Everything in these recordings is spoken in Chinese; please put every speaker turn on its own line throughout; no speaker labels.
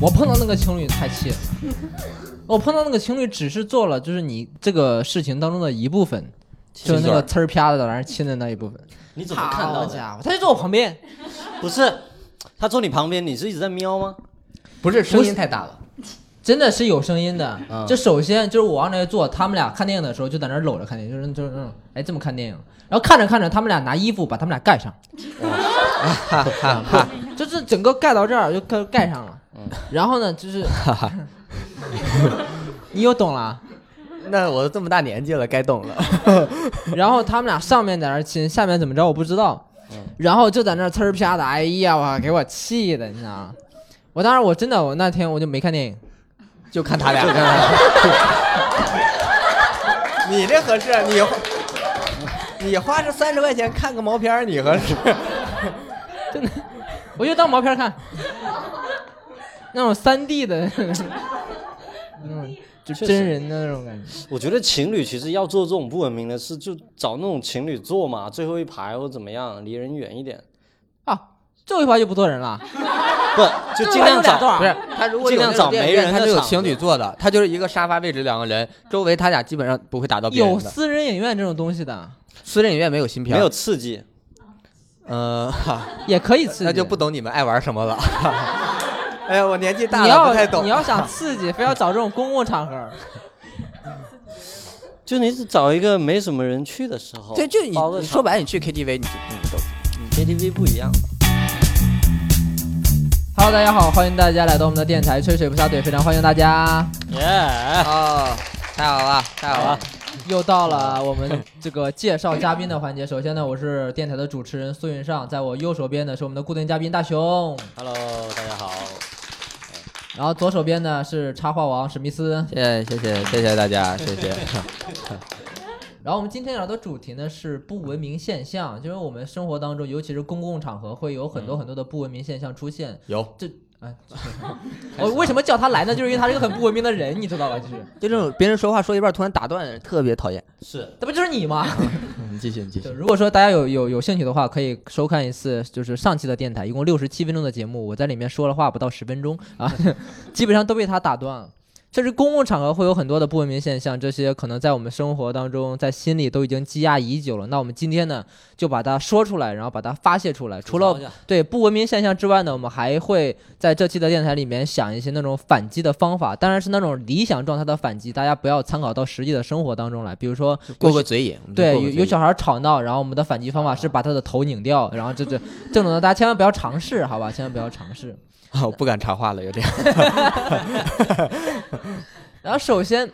我碰到那个情侣太气了，我碰到那个情侣只是做了就是你这个事情当中的一部分，就是那个呲儿啪的往那亲的那一部分。
你怎么看到
好
的？
家伙，他就坐我旁边，
不是，他坐你旁边，你是一直在瞄吗？
不是
声音太大了，
真的是有声音的
嗯。
就首先就是我往那坐，他们俩看电影的时候就在那儿搂着看电影，就是就是那种哎这么看电影，然后看着看着他们俩拿衣服把他们俩盖上， 就是整个盖到这儿就盖盖上了。然后呢，就是 你又懂了。
那我这么大年纪了，该懂了。
然后他们俩上面在那儿亲，下面怎么着我不知道。然后就在那儿呲儿啪的，哎呀，我给我气的，你知道吗？我当时我真的我那天我就没看电影，
就看他俩，就看他俩。 你这合适，你花你花这三十块钱看个毛片儿你合适。
真的，我就当毛片儿看，那种三 D 的，那种就
确实
真人的那种感觉。
我觉得情侣其实要做这种不文明的事，就找那种情侣坐嘛，最后一排或怎么样，离人远一点。
啊，最后一排就不坐人了，
不，就尽量
这玩意儿有俩
找
段儿
不是 他如果有
尽量
那种
找
电
没
影院
人
他
的
就有
场
情侣
子
坐的，他就是一个沙发位置两个人，周围他俩基本上不会打到别人
有
的。
私人影院这种东西的
私人影院没有新片，
没有，刺激。
嗯， 哈
也可以刺激，
那就不懂你们爱玩什 么了。哎呀，我年纪大
你
了，
要
不太懂。
你要 想刺激，非要找这种公共场合，
就你只找一个没什么人去的时候，
对，就你
包个
你
场
说白了，你去 KTV 你就嗯懂。
KTV 不一样。
Hello，大家好，欢迎大家来到我们的电台《吹水不插嘴》，非常欢迎大家，
耶，
哦，太好了，太好了。
又到了我们这个介绍嘉宾的环节。首先呢，我是电台的主持人苏云上，在我右手边的是我们的固定嘉宾大熊，
Hello，大家好。
然后左手边呢是插画王史密斯。
谢哎谢谢谢谢谢大家，谢谢。
然后我们今天聊的主题呢是不文明现象，就是我们生活当中，尤其是公共场合，会有很多很多的不文明现象出现。
有
这，哎，我为什么叫他来呢？就是因为他是一个很不文明的人，你知道吧？就是，
就这种别人说话说一半突然打断，特别讨厌。
是，
这不就是你吗？
你嗯继续，你继
就。如果说大家有有有兴趣的话，可以收看一次，就是上期的电台，一共六十七分钟的节目，我在里面说了话不到十分钟啊， 基本上都被他打断了。就是公共场合会有很多的不文明现象，这些可能在我们生活当中，在心里都已经积压已久了。那我们今天呢，就把它说出来，然后把它发泄出来。除了对不文明现象之外呢，我们还会在这期的电台里面想一些那种反击的方法，当然是那种理想状态的反击，大家不要参考到实际的生活当中来。比如说，
过过嘴瘾，我们就
对，
过
有
过
有
嘴瘾
小孩吵闹，然后我们的反击方法是把他的头拧掉，然后这这这种的大家千万不要尝试，好吧，千万不要尝试。
啊我不敢插话了，有这样。
然后首先，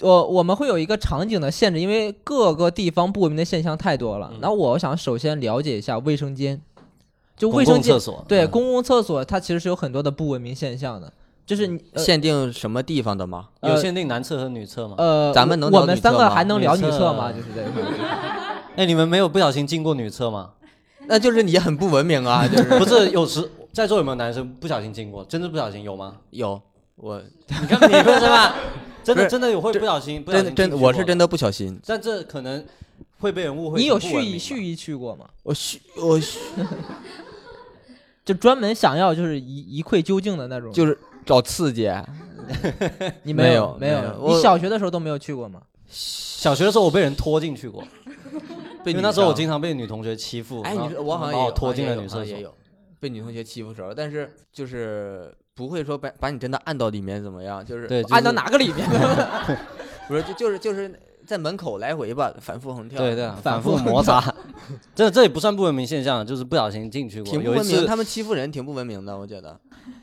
我我们会有一个场景的限制，因为各个地方不文明的现象太多了。那我想首先了解一下卫生间，就卫
公
生
共
间
厕所。
对
嗯
公共厕所，它其实是有很多的不文明现象的，就是你呃
限定什么地方的吗？
有限定男厕和女厕吗？
呃，
咱们能
我
聊
们
女
三
厕
个
吗
还能
女
聊女
厕
厕吗？就是这个，
哎，你们没有不小心进过女厕吗？
那就是你很不文明啊，就是
不是，有 时在座有没有男生不小心进过？真的不小心有吗？
有我
你看你们是 吧？真
不
的
是
真的有会不小心，不小
真
心进
的真
去
的
过
我是真的不小心，
但这可能会被人误会。
你有蓄意蓄？意去过吗？
我虚我虚
就专门想要就是一一窥究竟的那种。
就是找刺激。啊
你
没
有
有
没
没
有
有
你
我
小学的时候都没有去过吗？
小学的时候我被人拖进去过，
被
因为
女
那时候我
生啊
经常被女同学欺负。
哎，
然后
你说我好像
把
也
我
有
拖
好像
进
也
了
有
女
好像
厕
也
所。
有被女同学欺负时候，但是就是不会说把把你真的按到里面怎么样，就是啊
对，就是
按到？哪个里 面？
不是就就是就是在门口来回吧，反啊复横跳。
对对，
反
反
复
复摩擦。 这这也不算不文明现象，就是不小心进去过。
挺不
有一
文明，
次
他们欺负人挺不文明的，我觉得。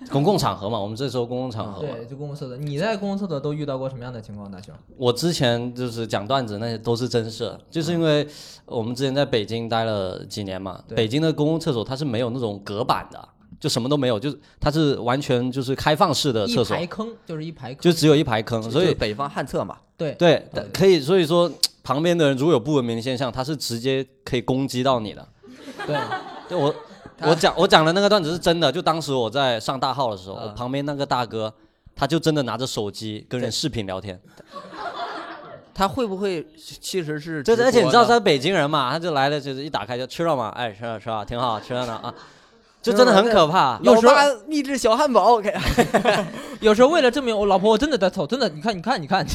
公共场合嘛，我们这时候公共场合嘛，
对，就公共厕所。你在公共厕所都遇到过什么样的情况，大熊？
我之前就是讲段子那些都是真事，就是因为我们之前在北京待了几年嘛，
对
北京的公共厕所它是没有那种隔板的，就什么都没有，就是它是完全就是开放式的
一
厕所，
排坑就是一排坑，
就只有一排坑，所
就是
以
北方旱厕嘛，
对，
对可以，所以说旁边的人如果有不文明的现象，他是直接可以攻击到你的。
对，
对我
他
我讲我讲的那个段子是真的，就当时我在上大号的时候，
啊
我旁边那个大哥他就真的拿着手机跟人
对
视频聊天。
他会不会其实是
对
直
对，而且你知道
播呢
他是北京人嘛，他就来了，就是一打开就吃了嘛，哎，吃了吃了，挺好，吃了呢啊。就真的很可怕。
有时候
老爸秘制小汉堡，给
有时候为了证明我老婆，我真的在偷，真的，你看，你看，你看，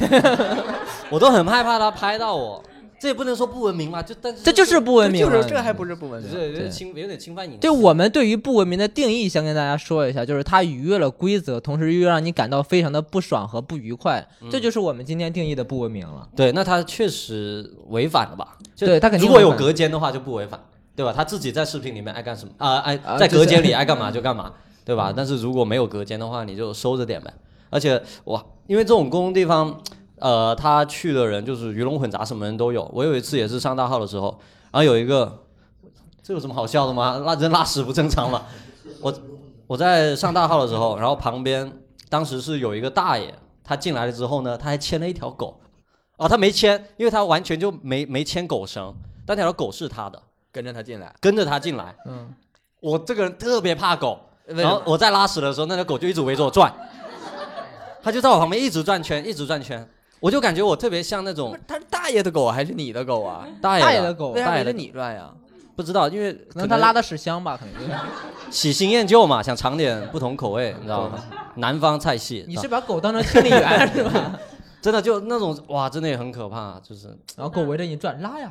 我都很害怕他拍到我，这也不能说不文明吧，就但是
这就是不 文明啊
就
了。
是这还不是不文明？
对，有
对
点侵有点侵犯隐私。
对我们对于不文明的定义，先跟大家说一下，就是它逾越了规则，同时又让你感到非常的不爽和不愉快，
嗯
这就是我们今天定义的不文明了。
对，那他确实违反了吧？就
对他肯定
如果
违
有
反
隔间的话就不违反，对吧？他自己在视频里面爱干什么啊、爱
啊
在
就是嗯
隔间里爱干嘛就干嘛，对吧？但是如果没有隔间的话，你就收着点呗。而且哇，因为这种公共地方，呃，他去的人就是鱼龙混杂，什么人都有。我有一次也是上大号的时候，然后有一个，这有什么好笑的吗？拉人拉屎不正常吗？ 我我在上大号的时候，然后旁边当时是有一个大爷，他进来了之后呢，他还牵了一条狗，哦，他没牵，因为他完全就没没牵狗绳，但那条狗是他的，
跟着他进来，
跟着他进来。
嗯，
我这个人特别怕狗，
为
然后我在拉屎的时候，那条狗就一直围着我转，它就在我旁边一直转圈，一直转圈，我就感觉我特别像那
不
种
是他是大爷的狗还是你的狗啊？
大
大
爷
爷的狗
为，啥
大
围
爷
着
的
你转呀？
不知道，因为
可能他拉的屎香吧，可能。
喜新厌旧嘛，想尝点不同口味，你知道吗？南方菜系，
你
知道
是
吗
把狗当成清理 员是吧？
真的就那种哇，真的也很可怕，就是
然后狗围着你转，拉呀，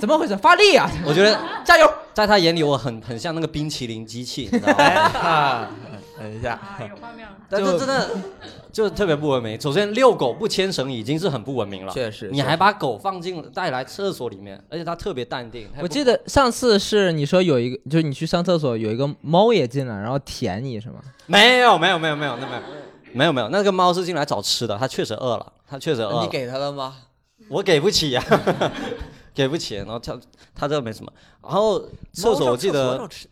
怎么回事？发力呀、啊
我觉得
加油！
在他眼里我很很像那个冰淇淋机器，你知道吗？
哎啊，等一下，
啊，有画面了。
但
就是
真的 就特别不文明。首先，遛狗不牵绳已经是很不文明了，
确实
你还把狗放进带来厕所里面，而且它特别淡定。它也不
我记得上次是你说有一个，就是你去上厕所有一个猫也进来，然后舔你是吗？
没有没有没有没有那没有没有没有那个猫是进来找吃的，它确实饿了，它确实饿了。
你给他了吗？
我给不起呀、 给不起。然后它它这没什么。然后厕所我记
猫上厕所
得
要吃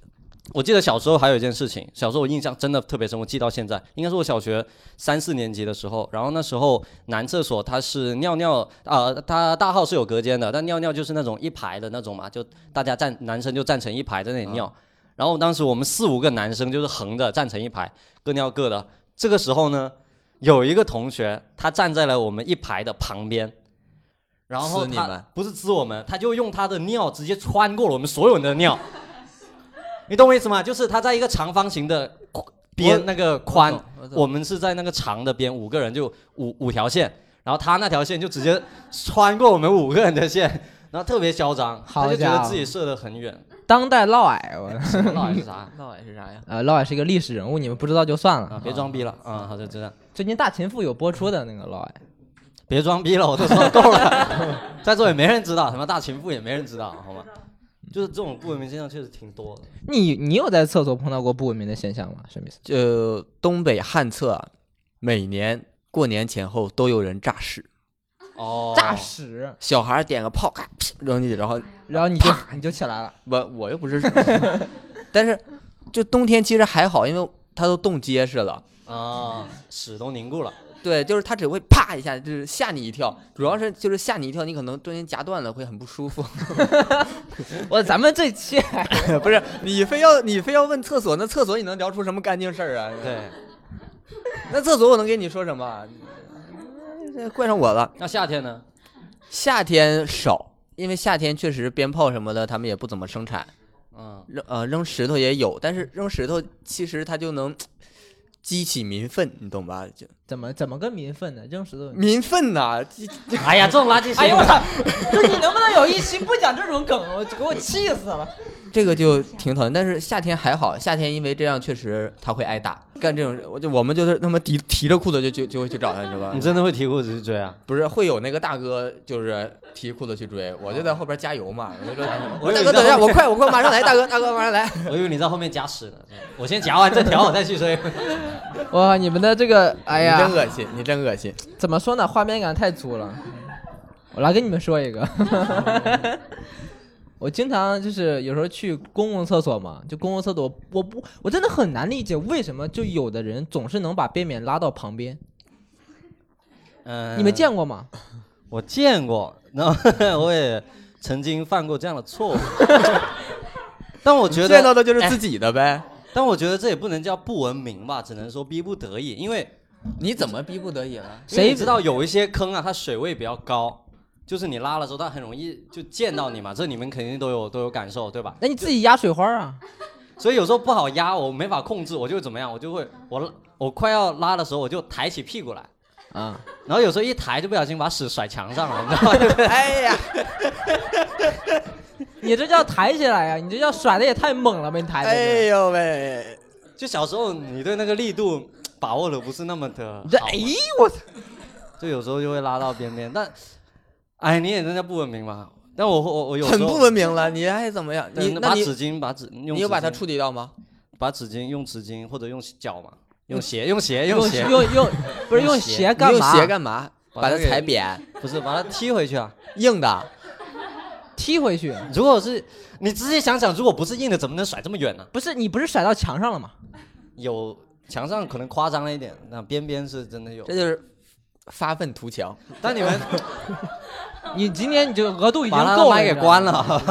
我记得小时候还有一件事情，小时候我印象真的特别深，我记到现在，应该是我小学三四年级的时候，然后那时候男厕所它是尿尿，呃，它大号是有隔间的，但尿尿就是那种一排的那种嘛，就大家站，男生就站成一排在那里尿，然后当时我们四五个男生就是横着站成一排，各尿各的。这个时候呢，有一个同学他站在了我们一排的旁边。然后
呲你们
他不是呲我们，他就用他的尿直接穿过了我们所有人的 尿，你懂我意思吗？就是它在一个长方形的边那个宽，
我懂
我们是在那个长的边，五个人就五五条线，然后他那条线就直接穿过我们五个人的线，然后特别嚣张，
好
他就觉
家
得
伙
自己射得很远，
当代嫪毐，我
什么老是啥？
闹也是啥呀？
呃，嫪毐是一个历史人物，你们不知道就算
啊
了。，
别装逼了啊！好，就这样，
最近《大秦赋》有播出的那个嫪毐，
别装逼了，我都说够 了，在座也没人知道，什么大情妇也没人知道，好吗？就是这种不文明现象确实挺多的。
你你有在厕所碰到过不文明的现象吗？什么意思？
就东北旱厕，每年过年前后都有人诈屎，
哦
炸屎，
小孩点个炮，咔噗扔进去，然后
然后你就你就起来了。
我我又不是， 但是就冬天其实还好，因为它都冻结实了。
啊，屎都凝固了。
对，就是它只会啪一下，就是吓你一跳，主要是就是吓你一跳，你可能中间夹断了会很不舒服。
我咱们这期
不是你非要你非要问厕所，那厕所你能聊出什么干净事儿啊？
对，
那厕所我能跟你 说什么？这怪上我了。
那夏天呢？
夏天少，因为夏天确实鞭炮什么的他们也不怎么生产，
嗯，
扔呃扔石头也有，但是扔石头其实它就能激起民愤，你懂吧？就
怎么怎么个民愤呢？扔石头。
民愤呐、激
哎呀，这种垃圾
哎
行
呦
为
我操！就你能不能有一期不讲这种梗？我给我气死了。
这个就挺讨厌。但是夏天还好，夏天因为这样确实他会挨打，干这种事我就我们就是那么提提着裤子就就就会去找他，你知道吧
你？真的会提裤子去追啊？
不是会有那个大哥就是提裤子去追，我就在后边加油嘛。我就说
嗯我以为
大
你
哥
在
等一下，
后
我
面
快我快马上来，大哥大哥马上来。
我以为你在后面夹屎呢。我先夹完这条，我再去追。
哇，你们的这个，哎呀，
你真恶心，你真恶心。
怎么说呢？画面感太足了。我来跟你们说一个， 我经常就是有时候去公共厕所嘛，就公共厕所，我不我真的很难理解为什么就有的人总是能把便便拉到旁边，
嗯
你们？见过吗？
我见过，然后 我也曾经犯过这样的错误。但我觉
见到
得，哎
的就是自己的呗，
但我觉得这也不能叫不文明吧，只能说逼不得已。因为
你怎么逼不得已了？
因为
谁
你知道有一些坑啊，它水位比较高，就是你拉的时候，它很容易就溅到你嘛。这你们肯定都有都有感受，对吧？
那你自己压水花啊？
所以有时候不好压，我没法控制，我就会怎么样，我就会我我快要拉的时候，我就抬起屁股来，
啊，
然后有时候一抬就不小心把屎甩墙上了，你知道吗？
哎呀，
你这叫抬起来呀、你这叫甩的也太猛了吧？你抬的
哎
这，
呦喂，
就小时候你对那个力度把握的不是那么的
你这
好
哎
嘛，
我操，
就有时候就会拉到边边，但哎你也真的不文明嘛。但我我我有时
很
候
不文明了，你还怎么样？
对
你那
把
你
纸巾把纸用
你有把它
纸巾
处理掉吗？
把纸巾用纸巾或者用脚嘛，用鞋哎用鞋
哎用
鞋
用用，不是
用
用
鞋
鞋
你
干
用
嘛？
哎鞋干嘛？
把
把
它
它
给
踩扁，
不是把它踢回去啊！
硬的。
踢回去？
如果是你仔细想想，如果不是硬的，怎么能甩这么远呢、
不是你不是甩到墙上了吗？
有墙上可能夸张了一点，那边边是真的有
这。就是发愤图强。
但你们
你今天你这个额度已经
把他
够了，
麦
你
给
知道吗
关 了，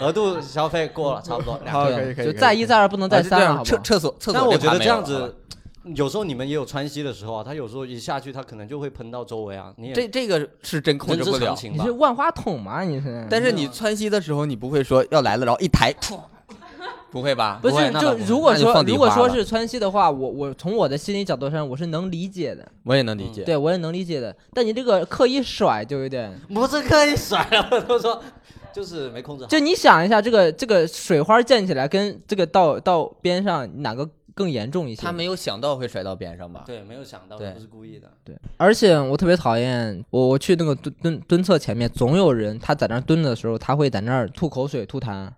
额度消费过了，差不多两
好
个。
对，
啊可以可以
就
可以
再一再二不能
啊
再
就
三了，
这样
好不
厕
好？
厕所厕所，
但我觉得这样子，有时候你们也有穿西的时候啊，他有时候一下去，他可能就会喷到周围啊。你也
这这个是真控
人
制
之
不
常
了。
情
你
吧
是？万花筒吗？你是？
但是你窜稀的时候，你不会说要来了，然后一抬，噗不会吧？
不
不会
是，
那
就
倒不会
如果
那就
说
放地
如果
花
说
了
是川西的话，我我从我的心理角度上我是能理解的，
我也能理解。
对我也能理解的。但你这个刻意甩就有点，
不是刻意甩了，我都说就是没控制好。
就你想一下，这个这个水花溅起来跟这个到到边上哪个更严重一些？
他没有想到会甩到边上吧？
对，没有想到，
对
不是故意的。
对，而且我特别讨厌，我我去那个蹲蹲蹲厕前面，总有人他在那儿蹲的时候，他会在那儿吐口水、吐痰，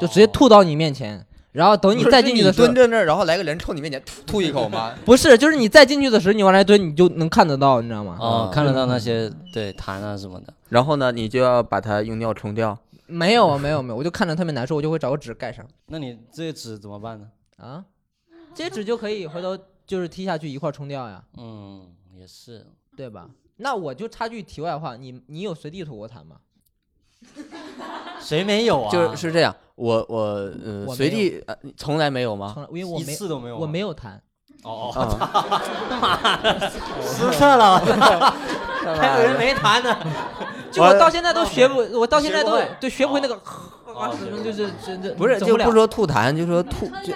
就直接
哦。
吐到你面前，然后等你
不是
再
是
进去的时候
蹲，在那儿，然后来个人冲你面前吐吐一口 吗？
不是，就是你再进去的时候，你往那蹲，你就能看得到，你知道吗？
哦，看得到那些对痰啊什么的。
然后呢，你就要把它用尿冲掉。
没有啊，没有没有，我就看着特别难受，我就会找个纸盖上
那你这些纸怎么办呢？
啊，这些纸就可以回头就是踢下去一块儿冲掉 呀，
嗯，也是。
对吧？那我就插句题外话，你你有随地吐过痰吗？
谁没有啊？
就是是这样，我我呃
我
随
没有
地呃从来没有吗？
从来，因为我
一
没
次都没有啊。
我没有痰，
哦哦，
啊，
失策 了，还有人
我
没谈呢。
就我到现在都学不，我到现在都
学不会
对学不会那个，
哦学不会
就是真的
不是
整
就
了
不说吐痰，就说吐就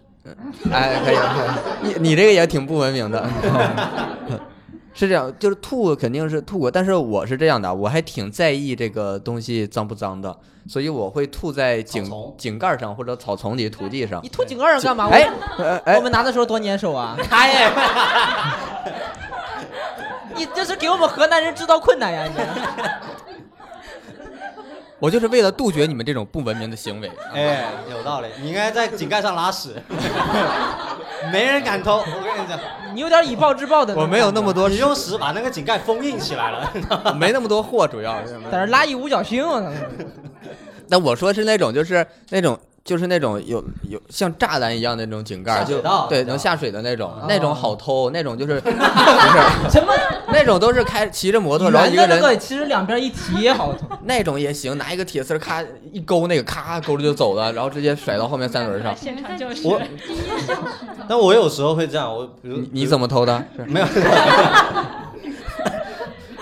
哎，可以了，可以了你你这个也挺不文明的。 是这样，就是吐肯定是吐过，但是我是这样的，我还挺在意这个东西脏不脏的，所以我会吐在井
草丛
井盖上或者草丛里、土地上
你。吐井盖上干嘛？
哎
我
呃
我
哎
们拿的时候多粘手啊！
哎呀，
你这是给我们河南人制造困难呀！你
我就是为了杜绝你们这种不文明的行为。啊
哎，有道理，你应该在井盖上拉屎，没人敢偷。我跟你讲，
你有点以暴制暴的。
我没有那么多
你，用屎把那个井盖封印起来了。
没那么多货，主要是。
在那拉一五角星，啊我操！
但我说是那种，就是那种，就是那种有有像栅栏一样的那种井盖，
下水
就
道
对
对吧
能下水的那种
哦，
那种好偷，那种就是不是
什么？
那种都是开骑着摩托，然后
圆
一
的
个
那个
人啊
其实两边一提也好痛。
那种也行，拿一个铁丝儿咔一勾那个咔勾着就走了，然后直接甩到后面三轮上。
现场教学，
我，但我有时候会这样，我比如
你你怎么偷的？
没有？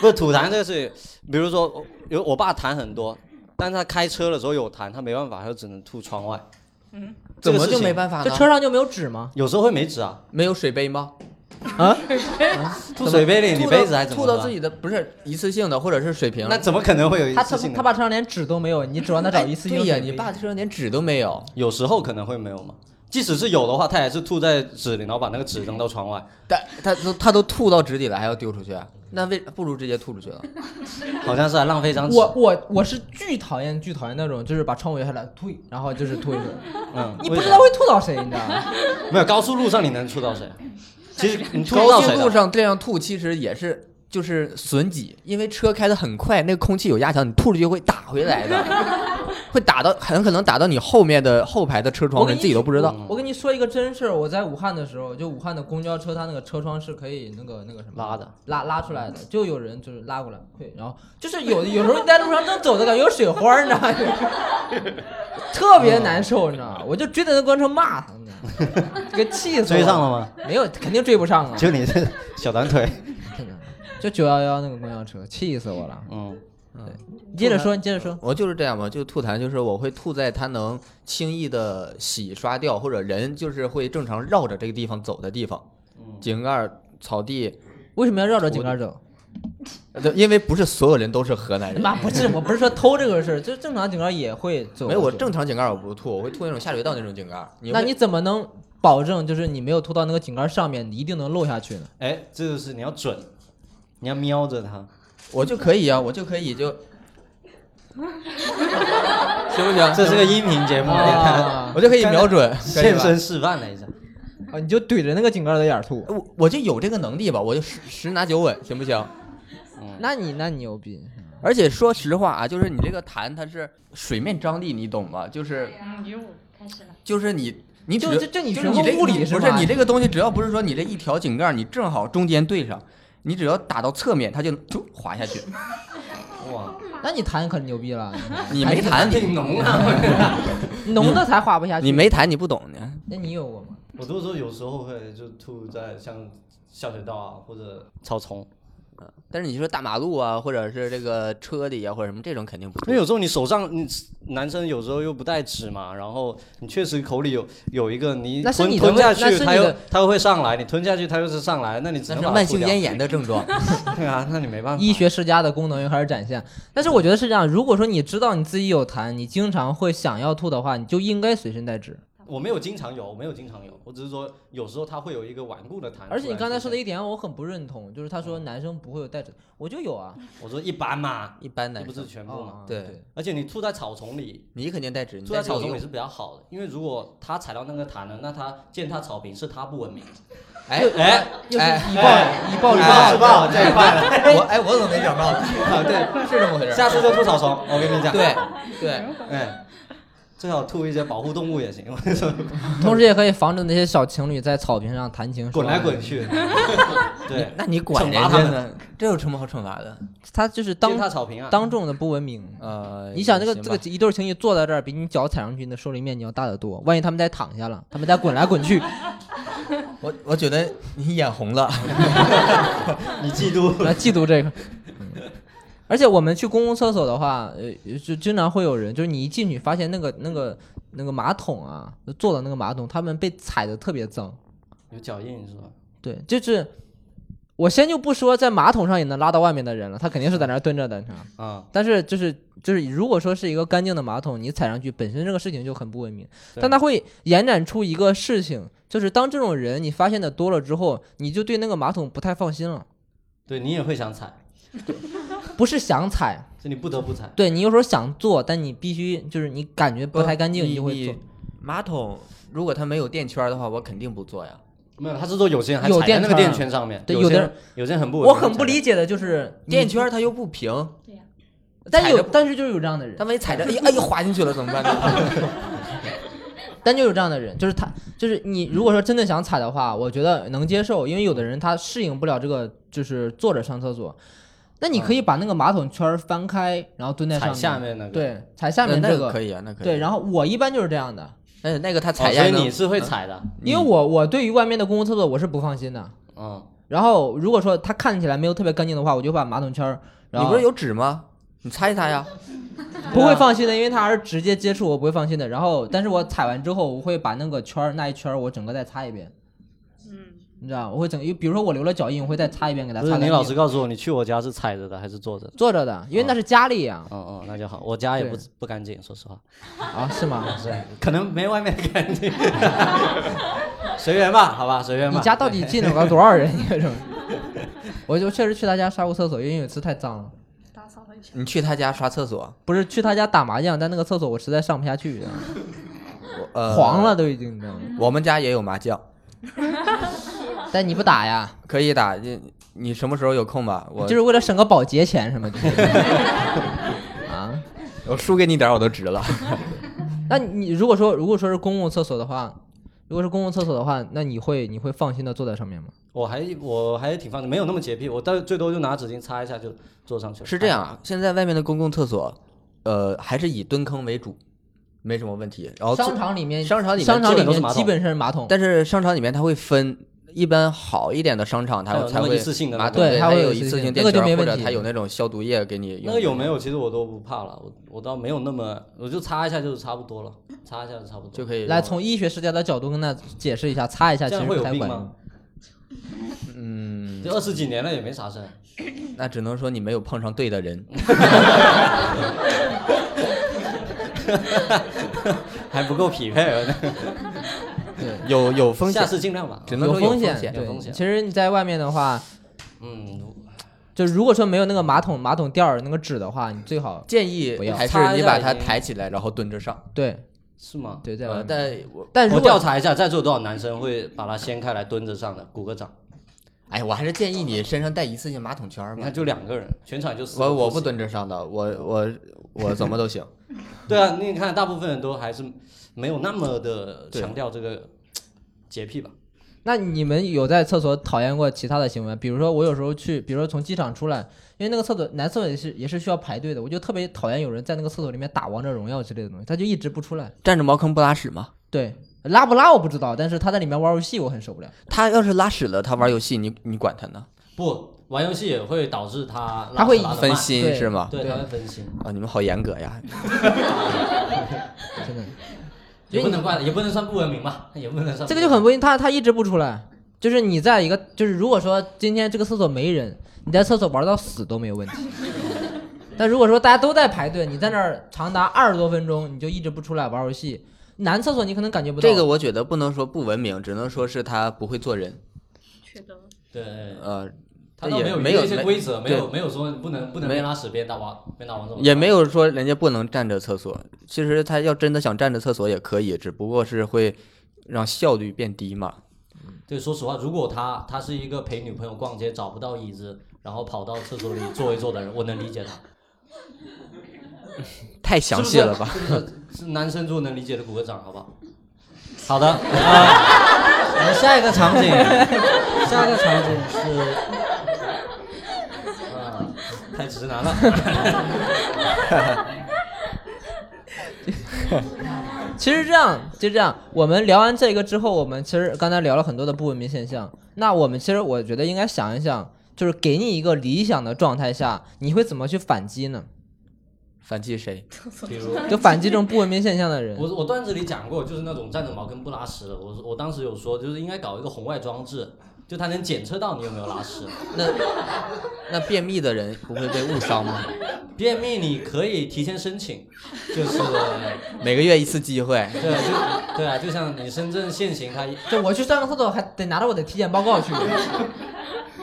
不是吐痰这个事情，比如说有我爸痰很多，但是他开车的时候有痰，他没办法，他就只能吐窗外。这
怎
个
么
事
就
情
没办法
这
呢？
车上就没有纸吗？
有时候会没纸啊，
没有水杯吗？
啊？
吐水杯里，你
吐到
杯子还怎么
吐
喝啊
到自己的不是一次性的或者是水瓶？哎
那怎么可能会有一
他
次
他
性的？
他爸车上连纸都没有，你指望他找一次性？
对呀，你爸车上连纸都没有。
有时候可能会没有嘛，即使是有的话，他也是吐在纸里，然后把那个纸扔到窗 外，
但他都他都吐到纸里了，还要丢出去，那为不如直接吐出去了。
好像是还浪费一张纸。
我我我是巨讨厌巨讨厌那种，就是把窗户摇下来吐，然后就是吐一 个，
嗯，
你不知道会吐到谁，你知道吗？
为什么没有高速路上你能 吐到谁？其实你吐不
高
到
速
谁
路
的。
上这样吐，其实也是就是损己，因为车开的很快，那个空气有压强，你吐出去会打回来的， 会打到很可能打到你后面的后排的车窗
我跟
上，
你
你自己都不知道。
嗯
我跟你说一个真事儿，我在武汉的时候，就武汉的公交车，它那个车窗是可以那个那个什么
拉的，
拉拉出来的，就有人就是拉过来，会，然后就是有的有时候你在路上正走着，感觉有水花儿，你知道吗？ 特别难受，你知道吗？我就追着那公交车骂他，你知道吗？给气死我
追上了吗？
没有，肯定追不上啊！
就你这小短腿，
真的，就九幺幺那个公交车，气死我了。
嗯，
你接着说，你接着说。
我就是这样嘛，就吐痰，就是我会吐在它能轻易的洗刷掉，或者人就是会正常绕着这个地方走的地方，
嗯
井盖儿、草地，
为什么要绕着井盖走？
呃对因为不是所有人都是河南人。
妈，不是，我不是说偷这个事儿，就正常井盖也会走。
没有，我正。常井盖儿我不吐，我会吐那种下水道那种井盖儿。
那
会
你怎么能保证就是你没有拖到那个井盖上面，你一定能漏下去呢？
哎，这就是你要准，你要瞄着它。
我就可以啊，我就可以就，行不行？
这是个音频节目，
啊
你看
我就可以瞄准，可以
现
吧
身示范了一下。
啊，你就怼着那个井盖的眼儿吐。
我我就有这个能力吧，我就十十拿九稳，行不行？
那你那你牛逼，
而且说实话啊，就是你这个痰，它是水面张力，你懂吗？就是
嗯，一五开始了。
就是你你只
就这这你
就
学
是你
过
这
物理
你
是
不是
吧
你这个东西，只要不是说你这一条井盖，你正好中间对上，你只要打到侧面，它就就滑下去。
哇，
那你弹可牛逼 了，
你
哎
没痰，你
浓啊！
浓的才滑不下去。
你没痰，你不懂呢。
那你有过吗？
我都说有时候会就吐在像下水道啊或者草丛，
嗯但是你说大马路啊，或者是这个车里啊，或者什么这种肯定不
因
对。
为有时候你手上你男生有时候又不带纸嘛，然后你确实口里有有一个你
那是
吞
你的
吞
问
下
那是
去，
你
它又
的
它又会上来，你吞下去它又是上来，那你只
那
能
是
把它
慢
吐
性
掉
咽炎的症状。
对啊，那你没办法。
医学世家的功能又开始展现。但是我觉得是这样，如果说你知道你自己有痰，你经常会想要吐的话，你就应该随身带纸。
我没有经常有，我没有经常有，我只是说有时候它会有一个顽固的痰。
而且你刚才说的
一，
一点我很不认同，就是他说男生不会有带纸，我就有啊。
我说一般嘛，
一般
又
男
不是
生，
全部嘛。
啊
对
而且你吐在草丛里，
你肯定带
嗯
纸，你
吐在
带纸
草
有
丛
用
里。是比较好的，因为如果他踩到那个痰了，那他践踏草坪是他不文明。
哎
哎，
又是
哎
以暴以暴制暴，
哎是吧这一 块了
我哎，我怎么没想到呢？啊，对，是这么 回事。
下次就吐草丛，我跟你讲。，
对对，
哎，最好吐一些保护动物也行， 我跟你说
同时也可以防止那些小情侣在草坪上弹琴
滚来
说话
滚。去。对，
那你管
惩
人
罚
家
他们，
呢？这有什么好惩罚的？
他就是当
践踏草坪啊。
当众的不文明。
呃，
你想这个
行
这
吧
个一对情侣坐在这儿，比你脚踩上去，那受力面积要大得多。万一他们再躺下了，他们再滚来滚去，
我我觉得你眼红了，
你嫉妒。
来嫉妒这个。嗯而且我们去公共厕所的话，呃，就经常会有人，就是你一进去发现那个那个那个马桶啊，就坐的那个马桶，他们被踩的特别脏。
有脚印是吧？
对，就是我先就不说在马桶上也能拉到外面的人了，他肯定是在那儿蹲着的，你知道吗
啊，
但是就是就是，如果说是一个干净的马桶，你踩上去本身这个事情就很不文明，
对
但它会延展出一个事情，就是当这种人你发现的多了之后，你就对那个马桶不太放心了，
对你也会想踩，
不是想踩，
是你不得不踩。
对你有时候想做，但你必须就是你感觉不太干净，
你
就会做。。
马桶如果它没有垫圈的话，我肯定不做呀。
没有，他是说有些人还
有
踩在那个
垫圈
垫圈上面，
对
有些
有的
人有些人很不文
我
明，
很不
解。
理解的就是你
垫，圈它又不平，
但
踩
有
着不
但是就是有这样的人
它，万一踩着，哎呀哎呀滑进去了怎么办呢？
但就有这样的人，就是他，就是你。如果说真的想踩的话，我觉得能接受，因为有的人他适应不了这个，就是坐着上厕所。那你可
嗯
以把那个马桶圈儿翻开，然后蹲在上
踩
面，
下面那个。哦
对，踩下面
那
这
个可以啊，那可以。
对，然后我一般就是这样的，
但是那个它
哦，
踩
所
下
以
能
你是会踩
嗯
的，
因为我我对于外面的公共厕所我是不放心的。
嗯，
然后如果说它看起来没有特别干净的话，我就把马桶圈儿，然
你
后
不是有纸吗？你擦一擦呀。
不会放心的，因为它还是直接接触，我不会放心的。然后，但是我踩完之后，我会把那个圈儿那一圈儿我整个再擦一遍。
嗯，
你知道，我会整，因为比如说我留了脚印，我会再擦一遍给它
不
擦干
是你
净。
老实告诉我，你去我家是踩着的还是坐着的？
坐着的，因为那是家里呀、
嗯嗯，那就好，我家也不
对
不干净，说实话，
啊，是吗？
可能没外面干净， 随缘吧，好吧，随缘吧。
你家到底
对
进了个多少人？你说，我就确实去他家刷过厕所，因为有一次太脏了，
打扫
嗯
了一下。
你去他家刷厕所，
不是去他家打麻将，但那个厕所我实在上不下去，
我呃
黄了。都已经，你知道吗？
我们家也有麻将，
嗯
但你不打呀，
可以打。你你什么时候有空吧？我
就是为了省个保洁钱什么的。啊，
我输给你点儿我都值了。
那你如果说如果说是公共厕所的话，如果是公共厕所的话，那你会你会放心的坐在上面吗？
我还我还挺放心，没有那么洁癖，我到最多就拿纸巾擦一下就坐上去了。
是这样啊，现在外面的公共厕所，呃，还是以蹲坑为主，没什么问题。然后最
商场里面，
哦商场里面
商场
基
里
本都是
面
马桶
基本是马桶，
但是商场里面它会分一般好一点的商场，它
还有
才
那
会
一次性的
马
那种
对它
它
会有
有
一次
次
性
性
那
垫
个就
圈
没
儿，或
问
者
题
它有那种消毒液给你用。
哎那个有没有？其实我都不怕了，我我倒没有那么，我就擦一下就是差不多了，擦一下就差不多
就可以
来，
用
从医学世家的角度跟大家解释一下，擦一下
这
其实
样会
不
有
太
病
管用
吗。？嗯，这二十几年了也没啥事儿。
那只能说你没有碰上对的人，
嗯
还不够匹配，
有有风险
下，次尽量吧。
只能
有
说有
风险，
险。
有
对
风险
其实你在外面的话，
嗯，
就如果说没有那个马桶马桶垫儿那个纸的话，你最好
建议
不要
还是
擦一
你
下
把
已
它
经
抬起来，然后蹲着上。
对
是吗？
对在外
呃，
面。
但我
但如
我
果
调查一下，在座有多少男生会把它掀开来蹲着上的？鼓个掌。
哎，我还是建议你身上带一次性马桶圈儿
你
吧
看，。就两个人，全场就四个
嗯我我
不
不
行。
蹲着上的，我我我怎么都行。
对啊，你看，大部分人都还是没有那么的
对
强调这个洁癖吧。
那你们有在厕所讨厌过其他的行为？比如说我有时候去，比如说从机场出来，因为那个厕所男厕所也是也是需要排队的，我就特别讨厌有人在那个厕所里面打王者荣耀之类的东西，他就一直不出来。
站着茅坑不拉屎吗？
对，拉不拉我不知道，但是他在里面玩游戏我很受不了。
他要是拉屎了，他玩游戏，你你管他呢？
不，玩游戏也会导致他
他会
拉扯拉得
分
慢，
心
对
是吗？
对，
对
他会分心，
啊，你们好严格呀！
真的，
也不能怪，也不能算不文明吧，也不
嗯
能算。
这个就很不行，他他一直不出来。就是你在一个，就是如果说今天这个厕所没人，你在厕所玩到死都没有问 题。但如果说大家都在排队，你在那儿长达二十多分钟，你就一直不出来玩游戏，男厕所你可能感觉不到。
这个我觉得不能说不文明，只能说是他不会做人。
缺德。
对，
呃，
他倒
也
没有
没
约
有
一些
没
规则，没
对
有没有说不能不能
没
边拉屎边打王边打王者荣耀，
也没有说人家不能站着厕所。其实他要真的想站着厕所也可以，只不过是会让效率变低嘛。
对，说实话，如果他他是一个陪女朋友逛街找不到椅子，然后跑到厕所里坐一坐的人，我能理解他。
太详细了吧？
是不是？ 是男生做能理解的，鼓个掌，好不好？啊好的，
我们下一个场 景，下一个场景是
啊，太直男了。
其实这样就这样，我们聊完这个之后，我们其实刚才聊了很多的不文明现象。那我们其实我觉得应该想一想，就是给你一个理想的状态下，你会怎么去反击呢？
反击谁？
比如
就反击这种不文明现象的人。
我我段子里讲过，就是那种站着茅坑不拉屎的，我我当时有说，就是应该搞一个红外装置，就它能检测到你有没有拉屎。
那那便秘的人不会被误伤吗？
便秘你可以提前申请，就是
每个月一次机会。
对就对啊，就像你深圳限行，它
就我去上个厕所，还得拿着我的体检报 告去，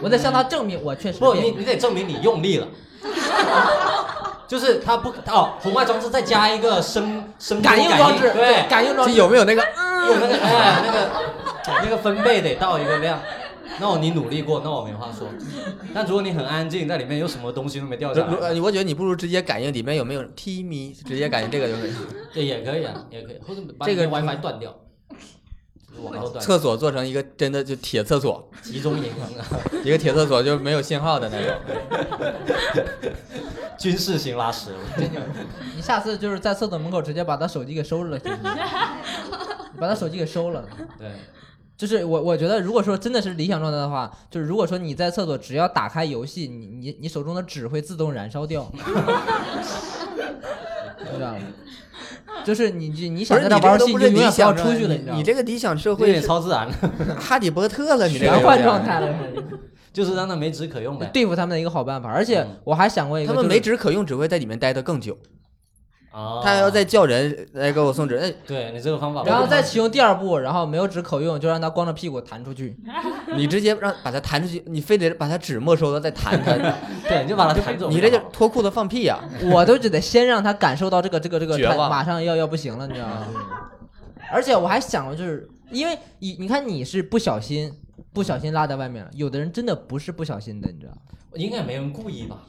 我得向他证明我确实
不，
便
你
秘
你得证明你用力了。 就是它不哦，红外装置再加一个声声波
感应装置，
对，
感应装
这
置
有没有那个？
嗯
有那个哎那个那个分贝得到一个量。那我你努力过，那我没话说。但如果你很安静，在里面有什么东西都没掉下
如
来，
呃我觉得你不如直接感应里面有没有 T 咪，直接感应这个就可以。
对，也可以啊，也可以，或者把
这个
你的 WiFi 断掉，网络断，
厕所做成一个真的就铁厕所，
集中营啊，
一个铁厕所就是没有信号的那种。
军事型拉屎。
你下次就是在厕所门口直接把他手机给收了，行不行 你把他手机给收了。
对，
就是我，我觉得如果说真的是理想状态的话，就是如果说你在厕所只要打开游戏，你你你手中的纸会自动燃烧 掉，你知道吗？就是你你你想在那玩游戏，
不
你
是
就
你
永远不要
这个都不是理想
出去
状
了，你知道
态你
吗？
这个理想社
有点
会是
超自然，
哈利波特了，你这个
玄
有
幻
点
状态了，
就是让它没纸可用呗。
对付他们的一个好办法。而
嗯
且我还想过一个，
他们没纸可用，只会在里面待得更久。
哦
他要再叫人来给我送纸，哎，
对你这个方法，
然后再启用第二步，然后没有纸可用，就让他光着屁股弹出去。
你直接让把他弹出去，你非得把他纸没收了再弹 他，
对，你就把它弹走。
你这就脱裤子放屁啊呀、
我都只得先让他感受到这个这个这个，
绝
他
望嗯
马上要要不行了，你知道吗？而且我还想过，就是因为你你看你是不小心不小心拉在外面了，有的人真的不是不小心的，你知道吗？
应该没人故意吧？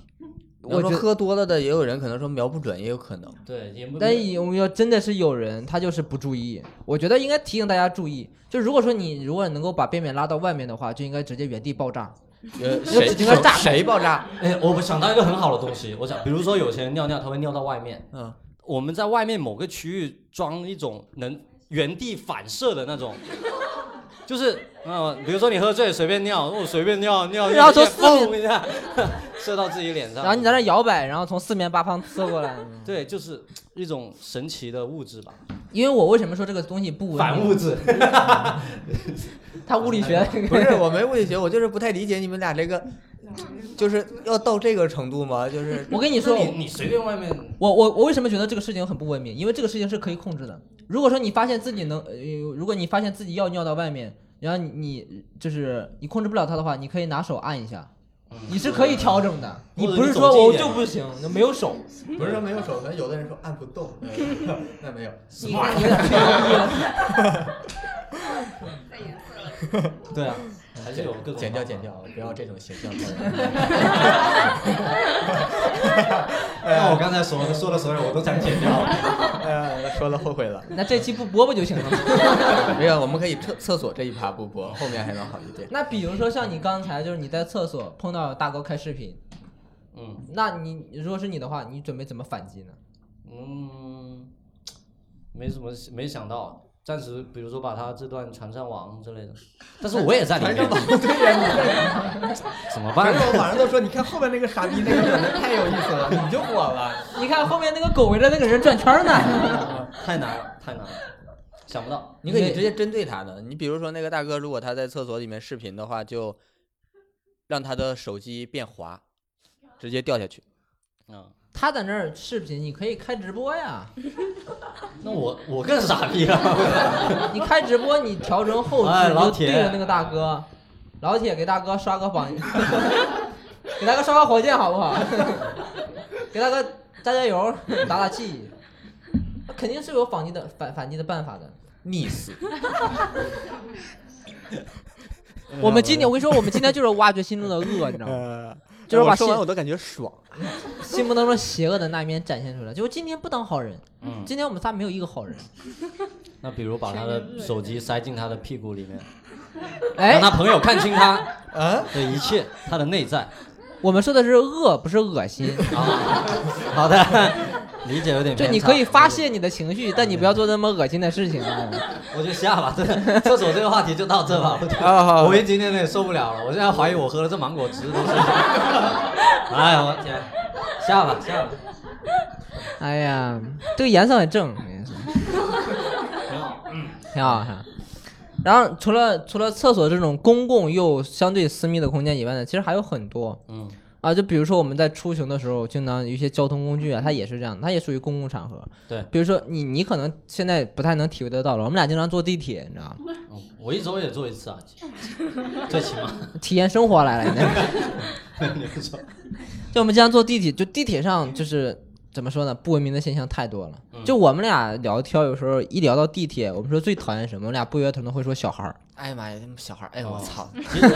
我
我
觉
说
得
喝多了的也有人可能说瞄不准，也有可能。
对，也
嗯
不。
但有没有真的是有人他就是不注意？我觉得应该提醒大家注意，就如果说你如果能够把便便拉到外面的话，就应该直接原地爆炸。
呃，
那
谁
纸巾炸
谁爆炸？
哎，我想到一个很好的东西，我想，比如说有些人尿尿，他会尿到外面，
嗯，
我们在外面某个区域装一种能原地反射的那种，就是嗯，比如说你喝醉随便尿，我随便尿尿，
然后从四面
蹦一下， 射到自己脸上，
然后你在那摇摆，然后从四面八方刺过来。
对，就是一种神奇的物质吧，
因为我为什么说这个东西不文明？
质。
它物理 学
不 是我没物理学，我就是不太理解你们俩这个，
嗯
就是要到这个程度吗？ 就是
我跟你说，
你随便外面
我我我为什么觉得这个事情很不文明？因为这个事情是可以控制的。如果说你发现自己能，呃，如果你发现自己要尿到外面，然后你你就是你控制不了它的话，你可以拿手按一下，
嗯
你是可以调整的。
对
你
或者
不是
你走
说
近一
我
点
就不行，那没有 手，
不是说没有手段，有的人说按不动，那没有。
你那有点吹牛逼了。
带颜色了。
对啊，还是有各种
剪掉
方法
剪掉，不要这种形象。
那我刚才所说的所有我都想剪掉了。
哎呀，说了后悔了。
那这期不播不就行了吗？
没有，我们可以厕厕所这一趴不播，后面还能好一点。
那比如说像你刚才就是你在厕所碰到大哥开视频，
嗯
那你如果是你的话，你准备怎么反击呢？
嗯，没什么没想到，暂时比如说把他这段传上网之类的，但是我也在里面，
对呀，你
怎么
反
办？
正我晚上都说，你看后面那个傻逼那个人太有意思了，你就火了。
你看后面那个狗围着那个人转圈 呢。
太难了，太难了，想不到。
你可以直接针对他的，你比如说那个大哥，如果他在厕所里面视频的话，就让他的手机变滑，直接掉下去。
嗯，
他在那儿视频，你可以开直播 呀。
那我我更傻逼了。
你开直播，你调成后
哎
置，你
老
就
铁
对着那个大哥，老铁给大哥刷个榜， 给大哥刷个火箭好不好？ 给大哥加加油，打打气。肯定是有反击的反反击的办法的。
溺 死，
我们今天我跟你说，我们今天就是挖掘心中的恶，你知道吗？
呃，
就是把
我说完
信
我都感觉爽。
心目当中邪恶的那一面展现出来。就是今天不当好人，
嗯，
今天我们仨没有一个好人。
那比如把他的手机塞进他的屁股里面，
哎
让，他朋友看清他
啊，
的一切，他的内 在。
我们说的是恶，不是恶心。
啊，好的，理解有点
就
偏差
你可以发，泄你的情绪，但你不要做那么恶心的事情啊。
我就下吧。这 厕所这个话题就到这吧。我
嗯好好好
我已经有点受不了了，我现在怀疑我喝了这芒果汁都是。 哎呀，我天，下吧下吧，
哎呀，这个颜色很正，
挺好。
挺好看。然后除了除了厕所这种公共又相对私密的空间以外呢，其实还有很多
嗯
啊，就比如说我们在出行的时候，经常有一些交通工具啊，它也是这样的，它也属于公共场合。
对
比如说你你可能现在不太能体会得到了，我们俩经常坐地铁，你知道吗？
嗯，我一周也做一次啊， 最起码。
体验生活来了，你知道吗
你们说，
就我们经常坐地铁，就地铁上就是怎么说呢，不文明的现象太多了。
嗯
就我们俩聊天，有时候一聊到地铁，我们说最讨厌什么，我们俩不约而同的会说小孩儿。
哎呀妈呀，小孩儿，哎呦我操！
其实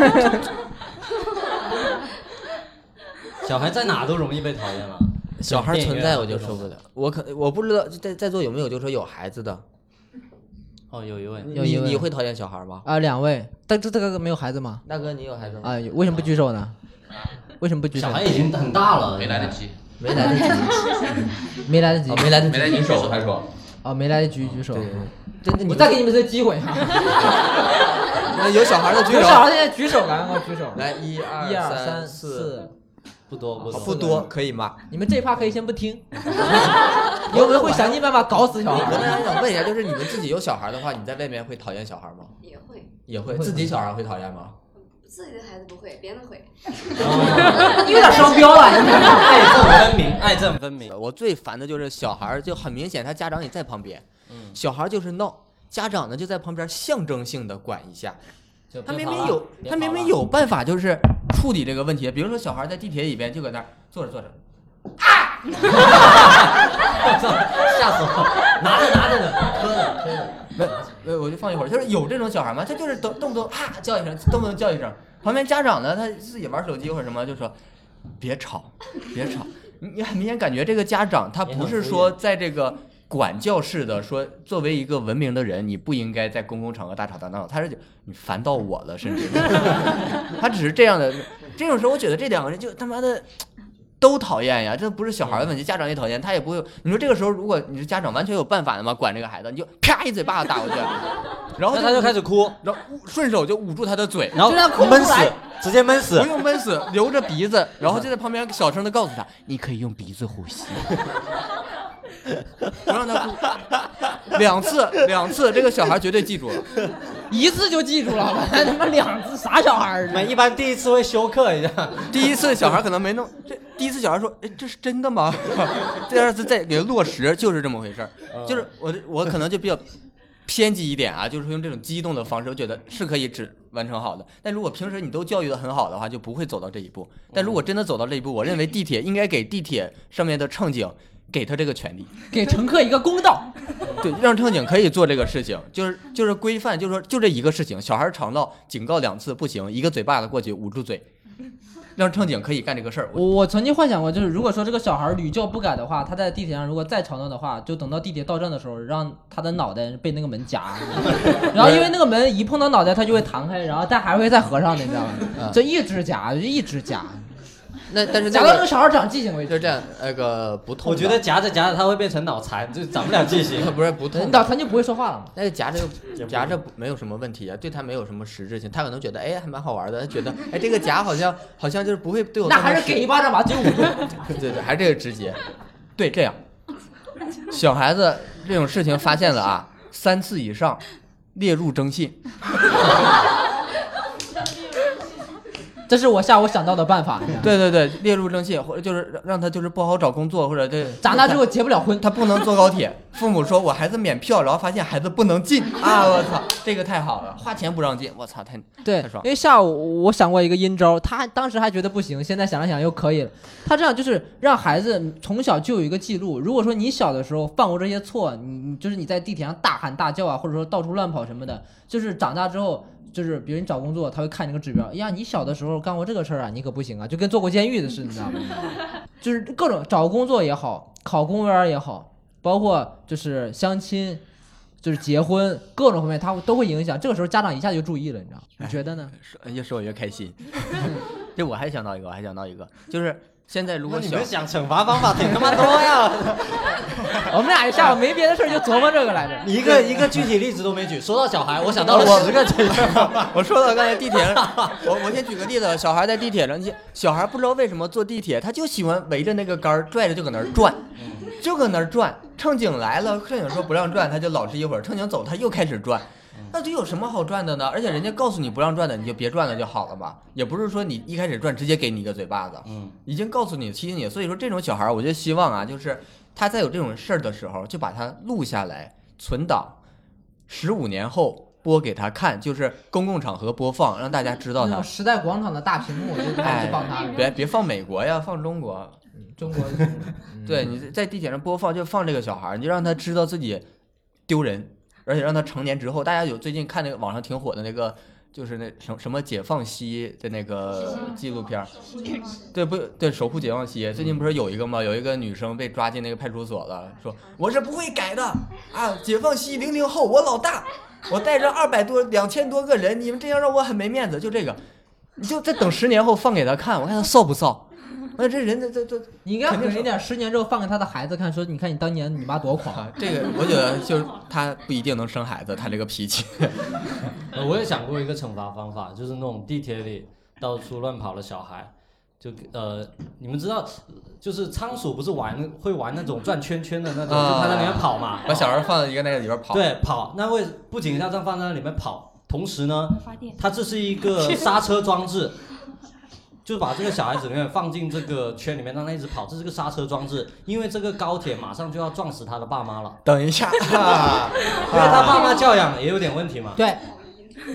小孩在哪都容易被讨厌了。
小孩儿存在我就受
说
不了。，我可我不知道在在座有没有就说有孩子的，
哦，有一位，
有
你
一位
你会讨厌小孩吗？
啊，两位，但这这个没有孩子吗？
大哥，你有孩子吗？
啊，有为什么不举手呢？为什么不举手
小？孩已经很大了，
没来得及，
没来得及，没来得
哦
及，哦没来得
没来得及举手，他说。
啊，没来得及举手。
对对，你
我再给你们一次机 会啊！
那 有小孩的举
有
手。
小孩现在举手，赶快给我举手！
来，一二
一二
三四，
四，
不多不多，
好哦不多，可以吗？
你们这一趴可以先不听， 有我们会想尽办法搞死小
我刚
孩。
才还想问一下，就是你们自己有小孩的话，你在外面会讨厌小孩吗？
也会，
也会，自己小孩会讨厌吗？
自己的孩子不会，别人的会。
有点双标了，你看。
爱憎分明，爱憎分明。
我最烦的就是小孩，就很明显他家长也在旁边，
嗯
小孩就是闹，家长呢就在旁边象征性的管一下，
就别
他明
跑
明
了
有，
别
他
跑
明明
了
有办法，就是处理这个问题。比如说，小孩在地铁里边就搁那儿坐着坐着，
吓死我了，拿着拿着呢，磕着磕着。
没没，我就放一会儿。就是有这种小孩吗？他就是动动不动啊叫一声，动不动叫一声。旁边家长呢，他自己玩手机或者什么，就说别吵，别吵。你你很明 显感觉这个家长他不是说在这个管教式的说，作为一个文明的人，你不应该在公共场合大吵大闹。他是觉得你烦到我 了，甚至他只是这样的。这种时候，我觉得这两个人就他妈的。都讨厌呀，这不是小孩
嗯
的问题，家长也讨厌，他也不会。你说这个时候，如果你是家长，完全有办法的嘛，管这个孩子，你就啪一嘴巴子打 过去，然后
那他就开
始，
始哭，
然后顺手就捂住他的嘴，
然后
就让哭出
闷死
来，
直接闷死
不。用闷死，流着 鼻子，然后就在旁边小声的告诉他，你可以用鼻子呼吸，不让他哭。两次，两次，这个小孩绝对记住了。
一次就记住了，我还他妈两次，啥小孩儿？
们一般第一次会休克一下，
第一次小孩可能没弄，这第一次小孩说，哎，这是真的吗？ 第二次再给落实，就是这么回事儿。就是我这我可能就比较偏激一点啊，就是用这种激动的方式，我觉得是可以只完成好的。但如果平时你都教育的很好的话，就不会走到这一步。但如果真的走到这一步，我认为地铁应该给地铁上面的乘警给他这个权利，
给乘客一个公道。
对，让乘警可以做这个事情，就是就是规范，就是说就这一个事情，小孩吵闹警告两次不行，一个嘴巴子过去捂住嘴，让乘警可以干这个事儿。我
我我曾经幻想过，就是如果说这个小孩屡教不改的话，他在地铁上如果再吵闹的话，就等到地铁到站的时候，让他的脑袋被那个门夹， 然后因为那个门一碰到脑袋，他就会弹开，然后但还会再合上的，你知道吗？就一直夹，就一直夹，
那但是
夹到这个小孩长记性为
就
止。
这样，那个不痛
我
的，
觉得夹着夹着他会变成脑残，就长不了记性。
不是不痛
等
的
到他就不会说话了嘛？
那个夹着夹着不没有什么问题啊，对他没有什么实质性，他可能觉得哎还蛮好玩的，他觉得 哎这个夹好像好像就是不会对我
那
造成
还是
实
给一巴掌把他揪住。
对对对，还是这个直接，对这样，小孩子这种事情发现了啊，三次以上列入征信，
这是我下午想到的办法。你知道吗，
对对对，列入征信或者就是让让他就是不好找工作或者这
长大之后结不了婚，
他不能坐高铁， 父母说我孩子免票，然后发现孩子不能进 啊！我操，这个太好了，花钱不让进，我操，太
对
太爽，
因为下午我想过一个阴招，他当时还觉得不行，现在想了想又可以了。他这样就是让孩子从小就有一个记录。如果说你小的时候犯过这些错，你你就是你在地铁上大喊大叫啊，或者说到处乱跑什么的，就是长大之后，就是比如你找工作，他会看你这个指标，哎呀，你小的时候干过这个事儿啊，你可不行啊，就跟坐过监狱的似的，你知道吗？ 就是各种找工作也好，考公务员也好，包括就是相亲。就是结婚各种方面，他都会影响。这个时候家长一下就注意了，你知道吗？你觉得 呢？
说越说我越开心。 这我还想到一个，我还想到一个，就是现 在如
那
果
你
小
们想惩罚方法挺 他妈多呀！
我们俩一下午没别的事儿就琢磨这个来 着。
一个一个具体例子都没举。说到小孩，我想到了十个解决方法。
我说到刚才地铁 上，我我先举个例子，小孩在地铁上，去，小孩不知道为什么坐地铁，他就喜欢围着那个杆儿拽着就搁那儿转，就搁那儿转。乘警来了，乘警说不让转，他就老实一会儿；乘警走，他又开始转。那这有什么好转的呢？而且人家告诉你不让转的，你就别转了就好了嘛。也不是说你一开始转直接给你一个嘴巴子，
嗯，
已经告诉你提醒你。所以说这种小孩，我就希望啊，就是他在有这种事儿的时候，就把它录下来存档，十五年后播给他看，就是公共场合播放，让大家知道
那
他
种。时代广场的大屏幕就开
哎
始嗯放他了，嗯
别别放美国呀，放中国。
中国嗯
对，你在地铁上播放就放这个小孩儿，你就让他知道自己丢人，而且让他成年之后，大家有最近看那个网上挺火的那个，就是那什什么解放西的那个纪录片儿，对不对？守护解放西，最近不是有一个吗？有一个女生被抓进那个派出所了，说我是不会改的啊，解放西零零后，我老大，我带着二百多两千多个人，你们这样让我很没面子，就这个。你就再等十年后放给他看，我看他臊不臊？那这人这这这
你应该
肯定
狠
是
一点，十年之后放给他的孩子看，说你看你当年你妈多狂。
啊，这个我觉得就是他不一定能生孩子，他这个脾气。
呃我也想过一个惩罚方法，就是那种地铁里到处乱跑的小孩，就呃，你们知道，就是仓鼠不是玩会玩那种转圈圈的那种，
啊
就它在里面跑嘛，
把小孩放在一个那个里边跑，
对跑，那会不仅要这样放在里面跑，同时呢，
发电。
它这是一 个刹车装置，就是把这个小孩子永远放进这个圈里面，让他一直跑，这是个刹车装置。因为这个高铁马上就要撞死他的爸妈了，
等一 下，啊、
因为他爸妈教养也有点问题嘛，
对，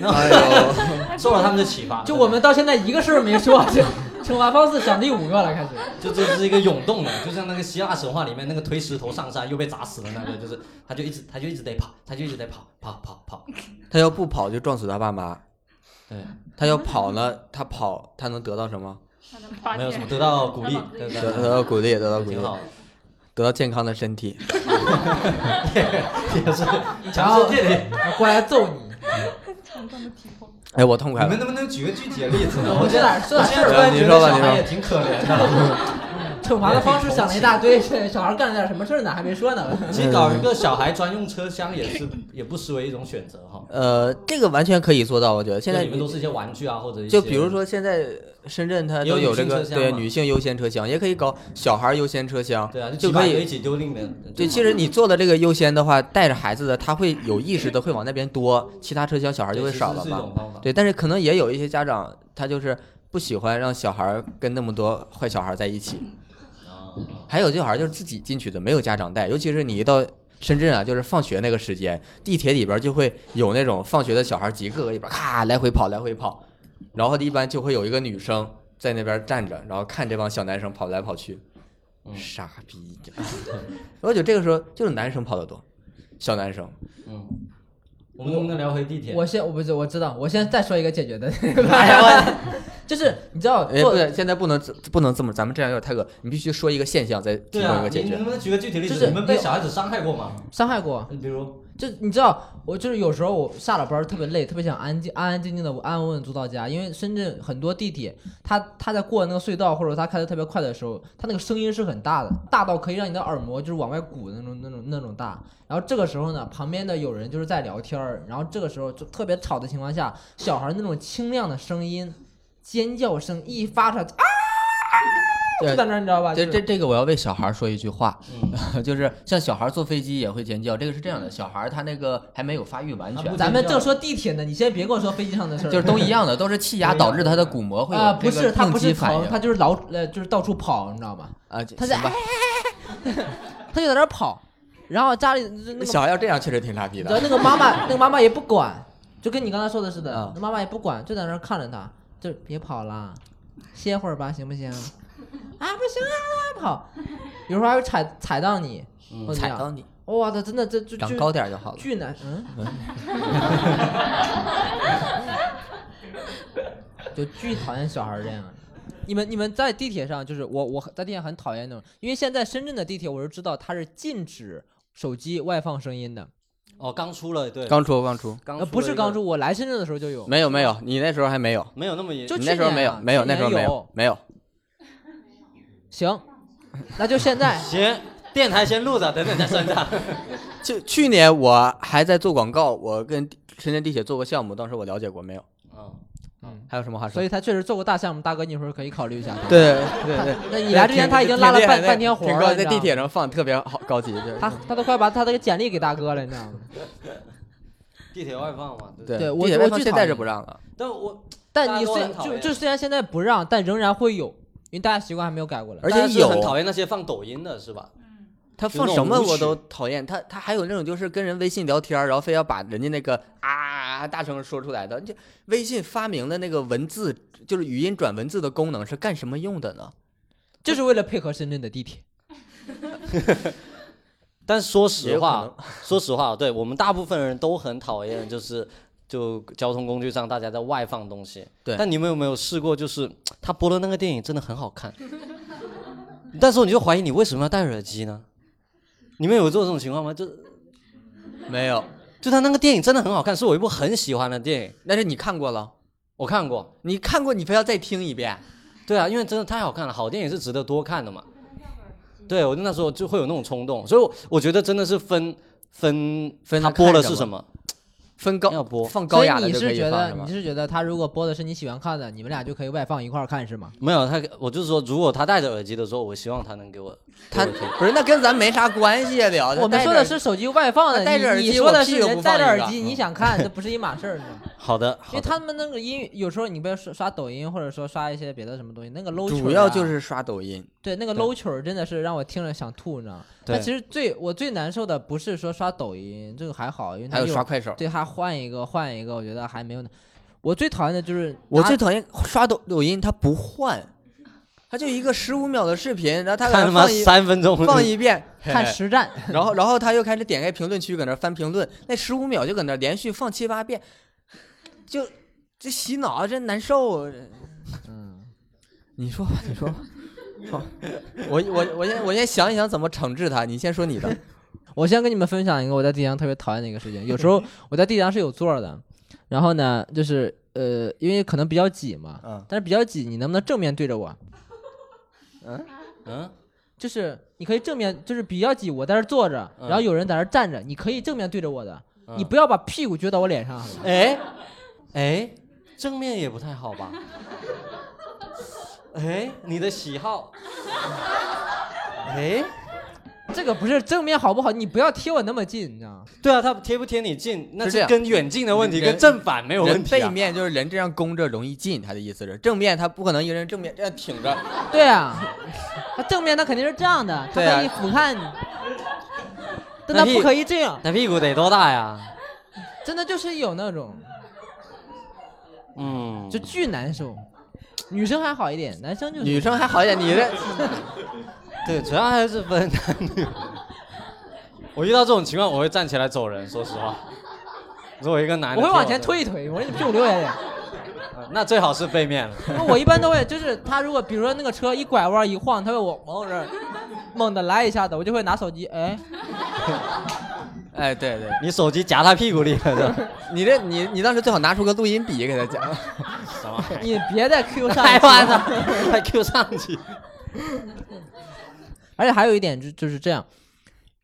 然后
哎呦，
受了他们的启发。
就我们到现在一个事儿没说，就 惩罚方式想第五个了， 开始。
就这是一个涌动的，就像那个希腊神话里面那个推石头上山又被砸死的那个，就是他就一直他就一直得跑，他就一直得跑跑跑跑。
他要不跑就撞死他爸妈，
对，
他要跑呢，他跑他能得到什么？
没有什么得到鼓励，对
得
对
得到鼓励，得到
对，
鼓励
挺，好，
得到健康的身体。
也是
然
强
后
身健体。
过来揍你，
哎，我痛快
你
了
们。能不能举个具体的例子呢？
我说
我现
点说点
在我现在
事儿
突然觉得
说吧
小
你说
孩也挺可怜的，
惩罚的方式想了一大 堆，小孩干了点什么事儿呢？还没说呢。
其实搞一个小孩专用车厢也是也不失为一种选择哈。
呃，这个完全可以做到，我觉得 现在
就里面都是一些玩具啊，或者一些
就比如说现在深圳它都有这
有
个
女性车厢
对
嘛
女性优先车厢，也可以搞小孩优先车厢，
对啊，
就
几百
可
个
以
一起丢进里面。
对，其实你做了这个优先的话，带着孩子的他会有意识的会往那边多，其他车厢小孩就会少
对
了
其实是一
嘛。
种方法。
对，但是可能也有一些家长他就是不喜欢让小孩跟那么多坏小孩在一起。
啊
还有这小孩就是自己进去的，没有家长带，尤其是你一到。深圳啊，就是放学那个时间，地铁里边就会有那种放学的小孩几个个一边咔来回跑，来回跑，然后一般就会有一个女生在那边站着，然后看这帮小男生跑来跑去，
嗯
傻逼！我觉得这个时候就是男生跑得多，小男生
嗯，我们能不能聊回地铁？
我先我不是我知道，我先再说一个解决的，哎就是你知道
哎，不
做
对，现在不能不能这么，咱们这样有点太恶，你必须说一个现象再提
对
供一
啊，
个解
你
决
能。不能举个具体例
就
子？
是
你们被小孩子伤害过吗？
伤害过，
你比如，
就你知道，我就是有时候我下了班儿特别累，特别想安静安安静静的安安稳稳地坐到家，因为深圳很多地铁，它它在过那个隧道或者它开的特别快的时候，它那个声音是很大的，大到可以让你的耳膜就是往外鼓的那种那种那种大。然后这个时候呢，旁边的有人就是在聊天儿，然后这个时候就特别吵的情况下，小孩儿那种清亮的声音、尖叫声一发出来，啊，
对
就在那儿你知道吧？
这
就
这这个我要为小孩儿说一句话，
嗯，
就是像小孩儿坐飞机也会尖叫，这个是这
嗯
样的，小孩儿他那个还没有发育完
他
全
不，
咱们正说地铁呢，你先别跟我说飞机上的事儿。
就是都一样的，都是气压导致他的骨膜会有
啊、不
这个
是，他
应
不是
激反
疼，
应
他。就是老呃，就是到处跑，你知道吗？
啊，
他在哎
行吧，
他就在那儿跑，然后家里那个
小孩要这样确实挺傻逼
然后
的。
那个妈妈，那个妈妈也不管，就跟你刚才说的似的，
啊
那妈妈也不管，就在那儿看着他，就别跑啦，歇会儿吧，行不行？啊，不行啊，跑，有时候还会踩踩到你，或者
嗯踩
怎样
到 你，
哇，他真的这就
长
就
高点儿就好了。
巨难，嗯， 就巨讨厌小孩儿这样。你们你们在地铁上，就是我我在地铁很讨厌那种，因为现在深圳的地铁我是知道它是禁止手机外放声音的，
哦，刚出了，对，
刚出，刚出，
刚
呃，不是刚
刚
出，我来深圳的时候就有，
没有没有，你那时候还没有，
没有那么严。
就
你
去
那时候
年
没有
啊
没有，
去
那时候
年
没有
有
没有。
行，那就现在
行，电台先录着，等等再算账。
就去年我还在做广告，我跟深圳地铁做过项目，当时我了解过没有？
嗯，
嗯，
还有什么话说？
所以他确实做过大项目，大哥，你一会儿可以考虑一下。
对对对，
那 你来之前他已经拉了
挺
半半天活
挺
儿
高
了，你
在
知道
地
吗
铁上放特别好高级，对
他他都快把他这个简历给大哥了，你知道吗？
地铁外放嘛，对。
对
对我
地铁
我
外放
巨
现
讨
在
厌
是不让了，
但我
但你
大家都
虽
很讨
就
厌
就虽然现在不让，但仍然会有，因为大家习惯还没有改过来。
而
大家
且
是
有
很讨厌那些放抖音的是吧？
他
就
放
那
什
种
么
舞
我
曲
都讨厌。他他还有那种就是跟人微信聊天儿，然后非要把人家那个啊大声说出来的。就微信发明的那个文字，就是语音转文字的功能是干什么用的呢？
就是为了配合深圳的地铁。
但说
也
实
有可
话
能，
说实话，对我们大部分人都很讨厌，就是就交通工具上大家在外放东西。
对
但你们有没有试过，就是他播的那个电影真的很好看， 但是你就怀疑你为什么要戴耳机呢？你们有这种情况吗？就
没有，
就他那个电影真的很好看，是我一部很喜欢的电影，
但是你看过了，
我看过。
你看过你非要再听一遍。
对啊，因为真的太好看了，好电影是值得多看的嘛。对，我就那时候就会有那种冲动，所以我我觉得真的是分分
分
他
他看
播的
什
是
么
什么。
分高
要播
放高
所以
雅的
你
就可
是
以
觉
放
得
是吗
你？是觉得他如果播的是你喜欢看的，你们俩就可以外放一块儿看是吗？
没有他，我就是说，如果他戴着耳机的时候，我希望他能给我
他
给我听
不是那跟咱没啥关系啊，聊
我们说的是手机外放的，
啊他戴着耳
你
机
你说的
我
是
屁股
人
不
戴着
放
耳
一个嗯
机你想看，这不是一码事儿，你知道吗
好的，
因为
好的。
他们那个音乐，有时候你不要刷刷抖音，或者说刷一些别的什么东西，那个 low 曲、啊、
主要就是刷抖音，
对那个 low 曲儿真的是让我听了想吐，你知道吗？
对
但其实最我最难受的不是说刷抖音，这个还好，因为它
还有
一会儿
刷快手。
对他换一个换一个，我觉得还没有呢。我最讨厌的就是
我
拿
最讨厌刷抖抖音，它不换，它就一个十五秒的视频，然后它给
看他
它
妈
放一
三分钟，
放 一遍，
看实战，
然后然后他又开始点开评论区，搁那翻评论，那十五秒就搁那连续放七八遍，就这洗脑，啊真难受。
嗯，
你说吧，你说吧。好，我我我先我先想一想怎么惩治他。你先说你的，
我先跟你们分享一个我在地铁上特别讨厌的一个事情。有时候我在地铁上是有座儿的，然后呢，就是呃，因为可能比较挤嘛，
嗯
但是比较挤，你能不能正面对着我？
嗯，
就是你可以正面，就是比较挤，我在这儿坐着，
嗯
然后有人在那儿站着，你可以正面对着我的，
嗯
你不要把屁股撅到我脸上。
哎，哎，正面也不太好 吧？哎，你的喜好，哎，
这个不是正面好不好，你不要贴我那么近，你知道吗？
对啊，他贴不贴你近，那
是这
是
样
跟远近的问题，
人
跟正反没有问
人
题
背
啊。
面就是人这样弓着容易进，他的意思是正面他不可能一个人正面这样挺着，
对啊，他正面他肯定是这样的，他
对啊
可以俯瞰你，但
那
他
屁
不可以这样，
那屁股得多大呀？
真的就是有那种
嗯，
就巨难受。女生还好一点，男生就是
女生还好一点，你这
对，主要还是分 男女。我遇到这种情况，我会站起来走人。说实话，如果一个男的，
我会往前推一推，我说你屁股留远点。
嗯，那最好是背面了。
那我一般都会，就是他如果比如说那个车一拐弯一晃，他会往往我这儿猛的来一下子，我就会拿手机，哎，
哎对对，
你手机夹他屁股里了是吧？
你这你你当时最好拿出个录音笔给他 讲，
什么？
你别再 Q 上
还
去
完了
了。，
还 Q 上去。
而且还有一点就就是这样，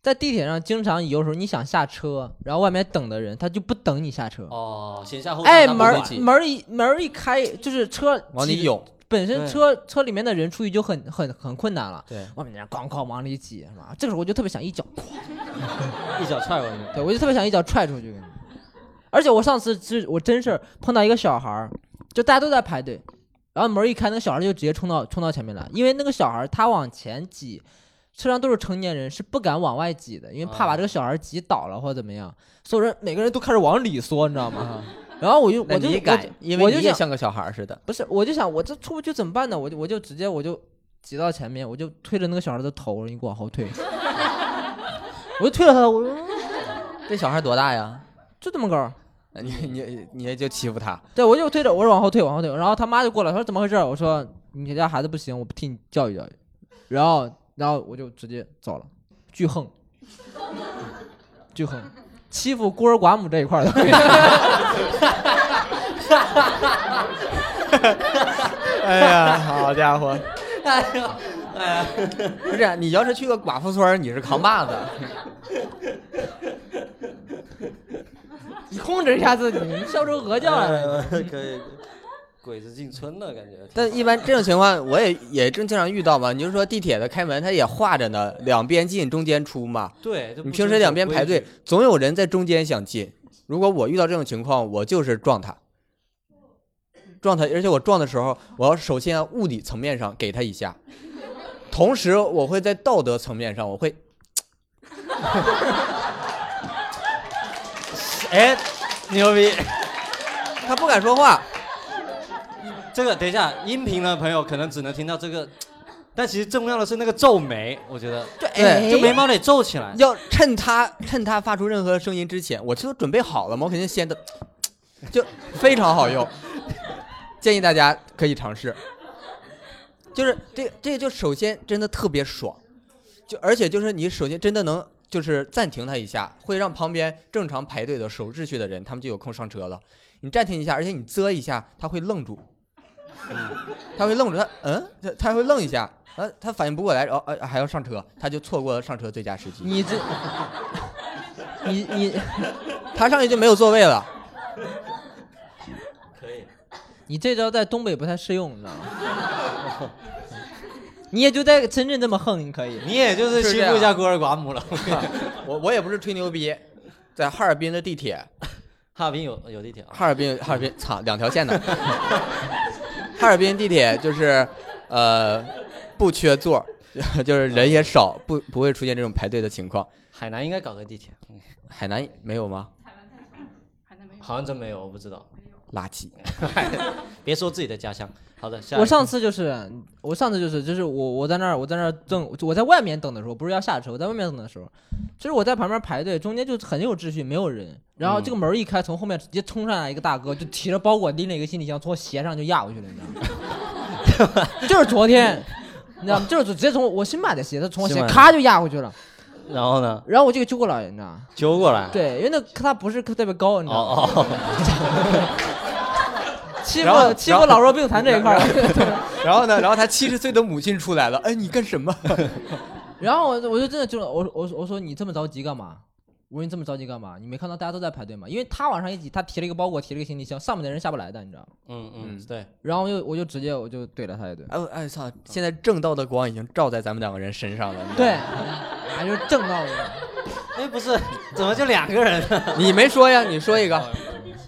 在地铁上经常有时候你想下车，然后外面等的人他就不等你下车，
哦，先下后座
哎，
他不
门儿
管
门儿一门儿一开，就是车
往
挤
里涌，
本身车车里面的人出去就很很很困难了，
对，
外面人咣咣往里挤，是吧？这个时候我就特别想一脚，
一脚踹过去。
对我就特别想一脚踹出去。而且我上次是我真事儿碰到一个小孩儿，就大家都在排队，然后门儿一开，那个小孩儿就直接冲到冲到前面来，因为那个小孩儿他往前挤，车上都是成年人，是不敢往外挤的，因为怕把这个小孩儿挤倒了或者怎么样。所有人每个人都开始往里缩，你知道吗？然后我就
啊那
我就
你
我
敢
就，
因
我
为
就
你也
想
像个小孩儿似的，
不是，我就想我这出不去怎么办呢？我就我就直接我就挤到前面，我就推着那个小孩的头，你给我往后退，我就推了他，我说
这小孩多大呀？
就这么高儿，
你你你就欺 负他，
对我就推着，我说往后退，往后退，然后他妈就过来，说怎么回事儿？我说你家孩子不行，我替你教育教育，然后然后我就直接走了，巨横，巨横，欺负孤儿寡母这一块儿的，
哎呀，好家 伙！
哎呦，哎呀，
不是，你要是去个寡妇村儿，你是扛把子。
你控制一下自己，你笑出鹅叫
哎
来了。
可以，可以鬼子进村了感觉。
但一般这种情况，我也也正经常遇到吧。你就说地铁的开门，它也画着呢，两边进，中间出嘛。
对，这不
你平时两边排
遵
队
守规矩，，
总有人在中间想进。如果我遇到这种情况，我就是撞他，撞他，而且我撞的时候，我要首先物理层面上给他一下，同时我会在道德层面上，我会
哎，牛逼！
他不敢说话，
这个等一下，音频的朋友可能只能听到这个，但其实重要的是那个皱眉，我觉得
哎
就眉毛得皱起来。
要趁他趁他发出任何声音之前，我这都准备好了嘛，我肯定先的，就非常好用，建议大家可以尝试。就是这个这个就首先真的特别爽，就而且就是你首先真的能就是暂停它一下，会让旁边正常排队的守秩序的人他们就有空上车了。你暂停一下，而且你啧一下，他会愣住，他会愣住，他嗯，他他会愣一下，呃，他反应不过来，然后呃还要上车，他就错过了上车最佳时机。
你这，你你
他上去就没有座位了。
可以，
你这招在东北不太适用，你知道吗？ 你也就在深圳这么横，你可以。
你也就是
是
欺
这样
负一下孤儿寡母了。
我我也不是吹牛逼，在哈尔滨的地铁，
哈尔滨有有地铁啊？
哈尔滨哈尔滨，操，两条线呢。 哈尔滨地铁就是，呃，不缺座儿， 就是人也少，不不会出现这种排队的情况。
海南应该搞个地铁，嗯
海南没有吗？
还能没有。
好像真没有，我不知道。
垃圾。
别说自己的家乡。好的，下一个
我上次就是，我上次就是，就是我我在那儿，我在那儿等，我在外面等的时候，不是要下车，我在外面等的时候，就是我在旁边排队，中间就很有秩序，没有人。然后这
嗯
个门一开，从后面直接冲上来一个大哥，就提着包裹，拎着一个行李箱，从我鞋上就压过去了，你知道吗？ 就是昨天，你知道吗？就是直接从我我新买的鞋，他从我
新
鞋
买的
咔就压过去了，
然后呢？
然后我就给揪过来，你知道吗？
揪过来。
对，因为那他不是特别高，你知道吗？
哦哦，
气 欺
然后
负欺负老弱病残这一块儿。
然后呢，然后他七十岁的母亲出来了，哎，你干什么？
然后我我就真的就我我我说你这么着急干嘛？我说你这么着急干嘛？你没看到大家都在排队吗？因为他往上一挤，他提了一个包裹，提了一个行李箱，上面的人下不来的，你知道吗？
嗯嗯，对，
然后我就我就直接我就怼了他一顿。
哎哎操！现在正道的光已经照在咱们两个人身上了。你知道
对，
吗，
啊，就是正道的。
哎，不是，怎么就两个人呢？
你没说呀？你说一个，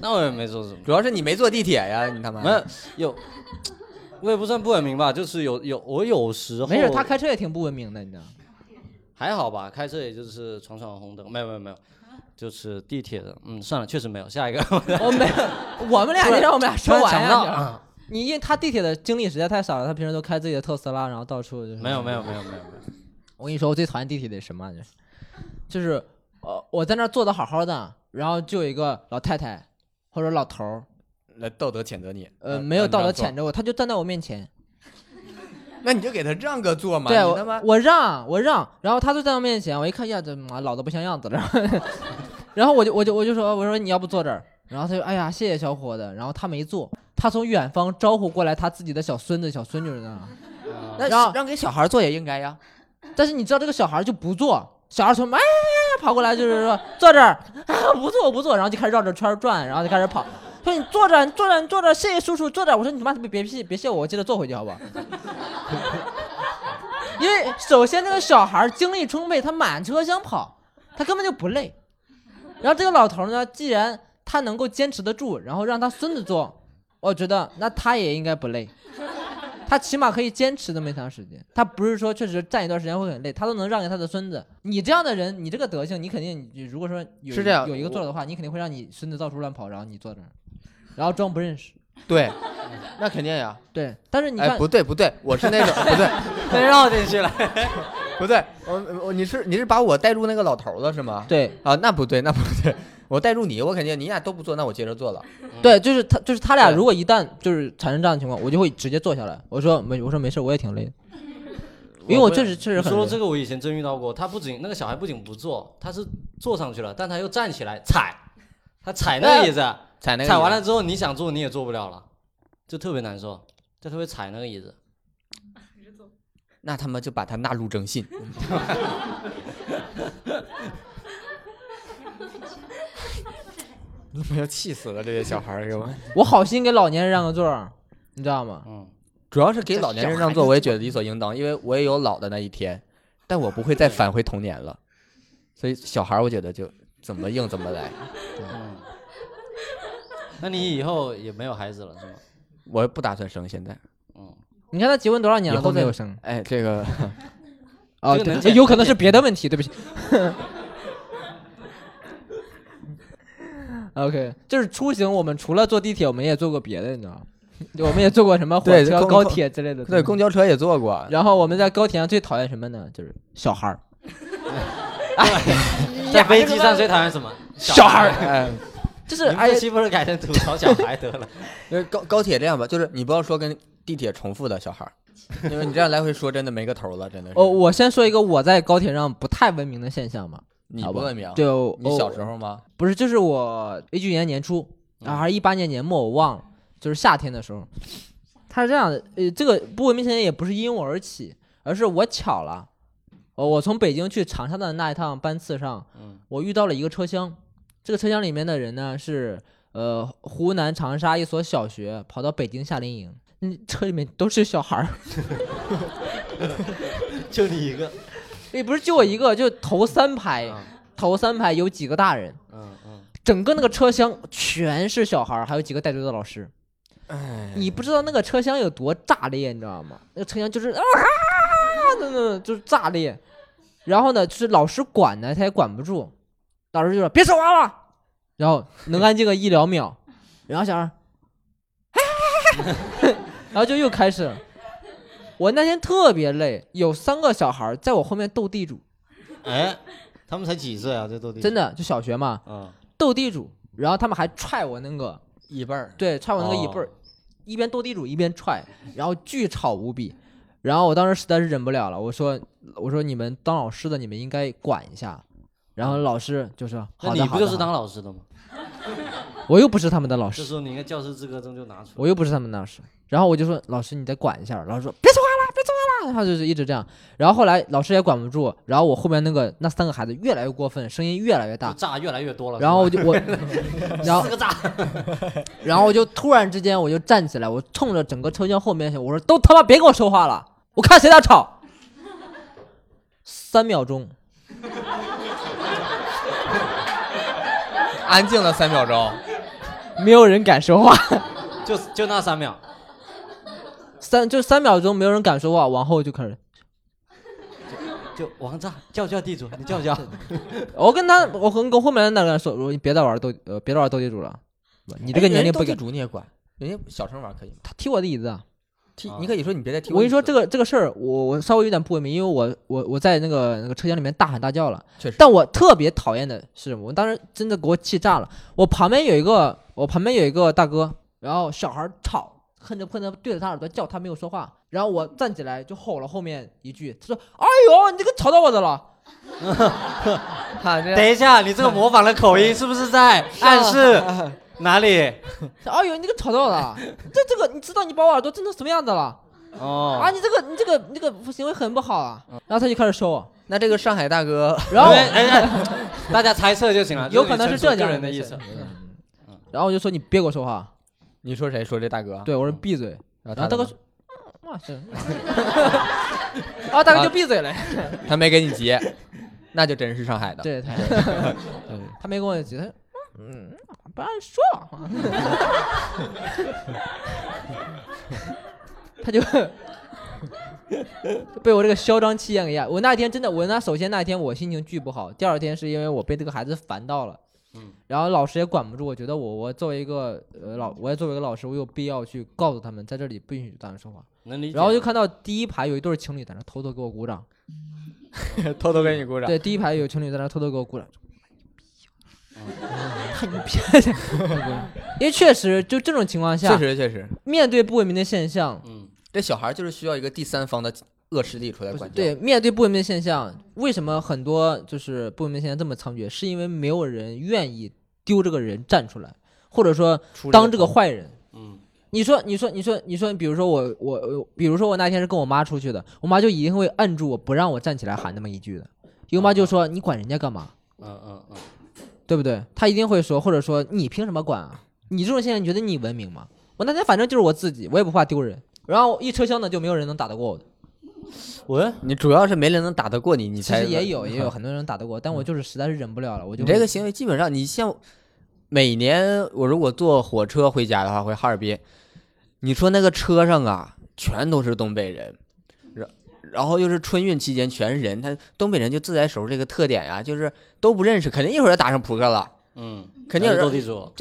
那我也没说什么。
主要是你没坐地铁呀，你他妈
没有有，我也不算不文明吧，就是有有我有时候
没事，他开车也挺不文明的， 你知道吗？
还好吧，开车也就是闯闯红灯，没有没有没有，就是地铁的，嗯，算了，确实没有，下一个。
我没有，我们俩得让我们俩
突
说
然
完
想
呀。
到
你知道吗
啊，
你因为他地铁的经历实在太少了，他平时都开自己的特斯拉，然后到处就是。
没有没有没有没有没有，
我跟你说，我最讨厌地铁的什么？啊就是，呃，我在那儿坐的好好的，然后就有一个老太太或者老头儿，
来道德谴责你。
呃，没有道德谴
责，
责我，他就站在我面前，
那你就给他让个座嘛。
对
你他妈
我，我让我让，然后他就站我面前，我一看哎呀，这妈老的不像样子了，然 后然后我就我就我就说我说你要不坐这儿，然后他就哎呀谢谢小伙子，然后他没坐，他从远方招呼过来他自己的小孙子小孙女呢，
那
让
让给小孩坐也应该呀。
但是你知道这个小孩就不坐，小孩从哎哎哎跑过来就是说坐这儿啊不坐不坐，然后就开始绕着圈儿转，然后就开始跑。说你坐着，你坐着，你坐着，谢谢叔叔，坐着。我说你妈别别谢别谢我，我接着坐回去好不好？ 因为首先这个小孩精力充沛，他满车厢跑，他根本就不累。然后这个老头呢，既然他能够坚持得住，然后让他孙子坐，我觉得那他也应该不累。他起码可以坚持那么长时间，他不是说确实站一段时间会很累，他都能让给他的孙子。你这样的人，你这个德行，你肯定，你如果说有
是这样
有一个座儿的话，你肯定会让你孙子到处乱跑，然后你坐这儿，然后装不认识。
对，那肯定呀。
对，但是你看，
哎，不对不对，我是那种不对
被绕进去了。
不对，我我你是你是把我带入那个老头了是吗？
对
啊，那不对那不对，我带入你，我肯定你俩都不坐，那我接着坐了。
对，就是他，就是他俩，
对
如果一旦就是产生这样的情况，我就会直接坐下来。我说没，我说没事，我也挺累的，因为我确实确实
你
很
说
累
这个我以前真遇到过，他不仅那个小孩不仅不坐，他是坐上去了，但他又站起来踩，他踩那个椅子，
踩那个
踩完
椅
了
子，
之后你想坐你也坐不了了，就特别难受，就特别踩那个椅子。
那他妈就把他纳入征 信。他妈要气死了，这些小孩儿给我。
我好心给老年人让个座儿，你知道吗？
嗯，
主要是给老年人让座，我也觉得理所应当，因为我也有老的那一 天，但我不会再返回童年了。所以小孩，我觉得就怎么硬怎么来。
嗯，那你以后也没有孩子了是吗？
我不打算生，现在
嗯，
你看他结婚多少年
以
了
后
都没
再
有生
哎，这个
啊？
这个
对
能减
有可能是别的问题，对不起。OK，就是出行，我们除了坐地铁，我们也坐过别的，你知道吗？ 就我们也坐过什么火
对
车、
公
高铁之类的。
对公交车也坐过，
然后我们在高铁上最讨厌什么呢？就是小孩儿。
在飞机上最讨厌什么？
小 孩儿
哎，
就是
你们
哎
这，期不是改成吐槽小孩得了？
就是高高铁这样吧，就是你不要说跟地铁重复的小 孩儿，因为你这样来回说真的没个头了，真的是。
哦，我先说一个我在高铁上不太文明的现象吧。
你
好
不
吧
文明，
对，我
啊你小时
候
候嗯吗？
不是，就是我一九年年初，啊，还是一八年年末，我忘了，就是夏天的时候，他是这样的，呃，这个不文明现象也不是因我而起，而是我巧了，哦，我从北京去长沙的那一趟班次上，
嗯
我遇到了一个车厢，这个车厢里面的人呢是呃湖南长沙一所小学跑到北京夏令营，嗯，车里面都是小孩儿。
就你一个。
也不是就我一个，就头三
啊
排，
嗯
头三排有几个大人，
嗯嗯，
整个那个车厢全是小孩儿，还有几个带队的老师。
哎，
你不知道那个车厢有多炸裂，你知道吗？那个车厢就是啊，那那就是炸裂。然后呢，就是老师管呢，他也管不住，老师就说别说话了，然后能安静个一两秒，然后小孩儿， 然后就又开始了。我那天特别累，有三个小孩儿在我后面斗地主，
哎，他们才几岁啊？这都得
真。的就小学嘛，
嗯，
斗地主，然后他们还踹我那个，
一辈儿，
对，踹我那个椅背儿，
哦
一边斗地主一边踹，然后巨吵无比。然后我当时实在是忍不了了，我说我说你们当老师的你们应该管一下。然后老师就说
那
好的，
你
好的
不就是
好的
当老师的吗？
我又不是他们的老
这
师，
时候你应该教师资格证就拿出来。
我又不是他们的老师。然后我就说老师你再管一下，老师说别说话了，别说话了，然后就是一直这样。然后后来老师也管不住，然后我后面那个那三个孩子越来越过分，声音越来越
就
大。
炸越来越多了。
然后我 就我，然后
四个炸，
然后我就突然之间我就站起来，我冲着整个车厢后面我说：“都他妈别跟我说话了，我看谁在吵。”三秒钟，
安静了三秒钟，
没有人敢说话，
就就那三秒，
三就三秒钟没有人敢说话，往后就开始。
就王炸，叫叫地主，你叫不叫？
我跟他，我跟跟后面的那个人说：“我说你别再玩斗，呃，别再玩斗地主了，你这个年龄不
给
给。
主你也管，人家小声玩可以吗”？
他踢我的椅子啊！
踢
啊，
你可以说你别再踢。
我跟你说这
个
个这个事儿，我我稍微有点不文明，因为我我我在那个那个车厢里面大喊大叫了。
确实，
但我特别讨厌的是什么？我当时真的给我气炸了。我旁边有一个，我旁边有一个大哥，然后小孩吵，恨着恨着对着他耳朵叫，他没有说话。然后我站起来就吼了后面一句，他说：“哎呦，你这个吵到我的了。
看这
等一下，你这个模仿的口音是不 是在暗示哪里？
哎呦，你这个吵到我的了，这这个你知道你把我耳朵震成什么样子了？啊，
哦，
你这个你这个你这个行为很不好啊。”然后他就开始说我，
那这个上海大哥，
然后
哎哎哎，大家猜测就行 了，
有可能是
这
浙
个
江
人的意思。。
然后我就说你别给我说话，
你说谁说这大哥？
对我说闭嘴。
然
然后
后
大哥
呢
说，嗯，啊是， 然后大哥就闭嘴了。
他没给你急， 那就真是上海 的。
对，他他没跟我急，他说嗯，不让说 了，他就被我这个嚣张气焰给压。我那天真的，我那首先那天我心情巨不好，第二天是因为我被这个孩子烦到了。
嗯
然后老师也管不住，我觉得我我作为一个呃老，我也作为一个老师，我有必要去告诉他们，在这里不允许大人说话。
能理解。
然后就看到第一排有一对情侣在那偷偷给我鼓掌，
偷偷给你鼓掌。
对，第一排有情侣在那偷偷给我鼓掌，太牛逼了！ 因为确实就这种情况
确
下，
实确实，
面对不文明的现象，
嗯，
这小孩就是需要一个第三方的恶势力出来
不是
管教。
对面对不文明的现象，为什么很多就是不文明现象这么猖獗？是因为没有人愿意丢这个人站出来，或者说
出
当这个
头
坏人。
嗯
你说，你说，你说，你说，比如说我，我，我比如说我那天是跟我妈出去的，我妈就一定会摁住我不让我站起来喊那么一句的，因为我妈就说你管人家干嘛？
嗯嗯嗯，
对不对？他一定会说，或者说你凭什么管啊？你这种现象，你觉得你文明吗？我那天反正就是我自己，我也不怕丢人。然后一车厢呢，就没有人能打得过我的。
我
你主要是没人能打得过你，你
其
才
实也有也有。很多人打得过，但我就是实在是忍不了了，我就
你这
会
个行为基本上，你像每年我如果坐火车回家的话，回哈尔滨，你说那个车上啊，全都是东北人，然然后又是春运期间全是人，他东北人就自来熟这个特点呀、啊就是都不认识，肯定一会儿就打上扑克了，
嗯，
肯定有人
斗地主。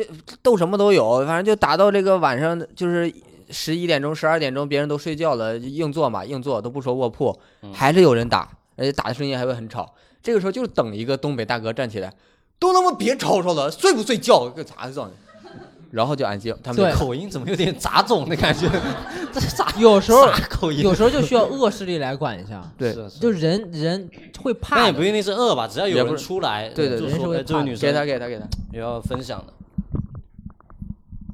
斗什么都有，反正就打到这个晚上就是十一点钟、十二点钟，别人都睡觉了，硬座嘛，硬座都不说卧铺
嗯，
还是有人打，而且打的声音还会很吵。这个时候就等一个东北大哥站起来，都他妈别吵吵了，睡不睡觉干啥呢？然后就安静，他们
对
就
口音怎么有点杂种的 感觉？这是啥
有时 候
啥口音？
有时候就需要恶势力来管一下，
对
是是
就人人会
但
怕
也不一定是恶吧，只要有
也不
人
是
出来，
对对
就
对人是
说
会
哎这位
怕
女
给他
生
给他给他，
也要分享的。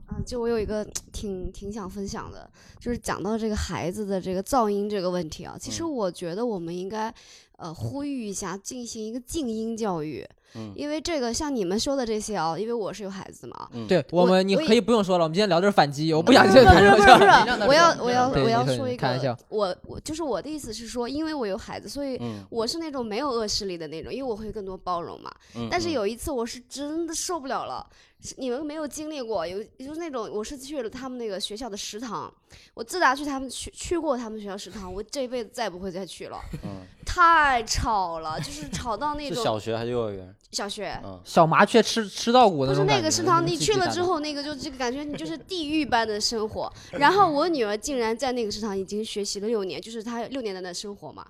啊，就我有一个挺挺想分享的，就是讲到这个孩子的这个噪音这个问题啊，其
嗯
实我觉得我们应该。呃，呼吁一下，进行一个静音教育，
嗯
因为这个像你们说的这些啊，因为我是有孩子嘛，
嗯，
对
我
我们，你可以不用说了，我们今天聊的是反击，我不想
不
去
是不
谈
是
这
不
个
是
事
不
儿。
是， 我要我要
对
我要
你说
说一
开玩笑
个，我我就是我的意思是说，因为我有孩子，所以
嗯，
我是那种没有恶势力的那种，因为我会更多包容嘛。
嗯
但是有一次我是真的受不了了，是你们没有经历过，有就是那种我是去了他们那个学校的食堂，我自打去他们去去过他们学校食堂，我这辈子再不会再去了，
嗯
太吵了，就是吵到那
是
种
小学还是幼儿园？
小学。
嗯，
小麻雀吃吃到骨
不
那
是
种
那
感觉，
个食堂，
就是
你
自己
去了
打
之
的，
后，那个就这个感觉，你就是地狱般的生活。然后我女儿竟然在那个食堂已经学习了六年，就是她六年的那生活嘛，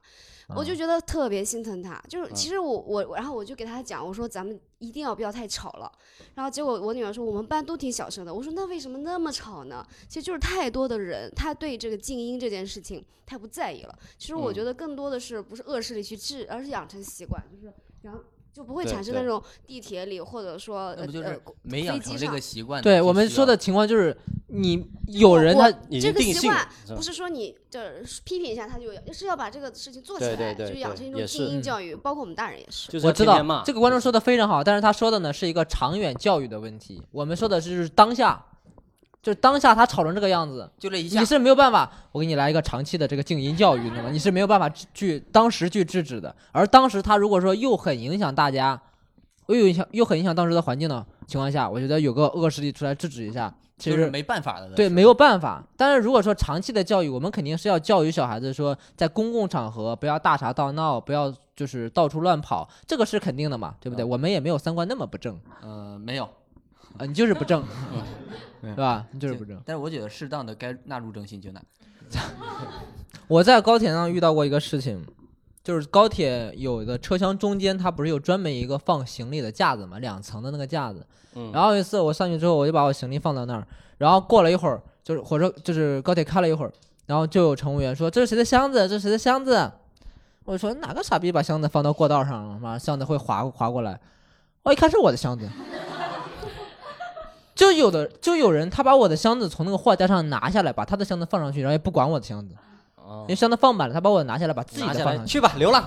嗯
我
嗯
就觉得特别心疼她。就是其实我我，然后我就给她讲，我说咱们一定要不要太吵了。然后结果我女儿说我们班都挺小声的，我说那为什么那么吵呢？其实就是太多的人，她对这个静音这件事情太不在意了。其实我
嗯
觉得更多的是不是恶势力去治，而是养成习惯，就是然后就不会
对
产生
对
那种地铁里或者说
那
呃
不就
呃
是没
飞
养
机
成这
上
个习惯？
对我们说的，情况就是，你有人
我
他
已经
这个
定
习
性
惯
了是吧
不是说你就是批评一下他就有，是要把这个事情做起
对
来，
对对
就养
对
成一
也
种
是
精英
嗯
教育，包括我们大人也是。
就是
我
要
知
天天
道
骂
这个观众说的非常好，但是他说的呢是一个长远教育的问题，我们说的是就是当下，就是当下他吵成这个样子，
就这一下
你，是没有办法，我给你来一个长期的这个静音教育，那么你是没有办法制去当时去制止的。而当时他如果说又很影响大家，又影响又很影响当时的环境的情况下，我觉得有个恶势力出来制止一下，其
就
实
是没办法了的。
对，
是吧
没有办法。但是如果说长期的教育，我们肯定是要教育小孩子说，在公共场合不要大吵大闹，不要就是到处乱跑，这个是肯定的嘛，对不对？我们也没有三观那么不正
呃，没有，
啊、你就是不正，对
嗯
吧？你就是不正。
但是我觉得适当的该纳入征信就纳。
我在高铁上遇到过一个事情，就是高铁有的车厢中间它不是有专门一个放行李的架子嘛，两层的那个架子。
嗯
然后有一次我上去之后，我就把我行李放到那儿，然后过了一会儿，就是火车就是高铁开了一会儿，然后就有乘务员说这是谁的箱子，这是谁的箱子。我说哪个傻逼把箱子放到过道上了？妈，箱子会滑滑过来。我一看是我的箱子，就有的就有人他把我的箱子从那个货架上拿下来，把他的箱子放上去，然后也不管我的箱子。
哦
因为箱子放满了，他把我拿下来，把自己
拿
的
下
放
来
上去，
去吧，流浪。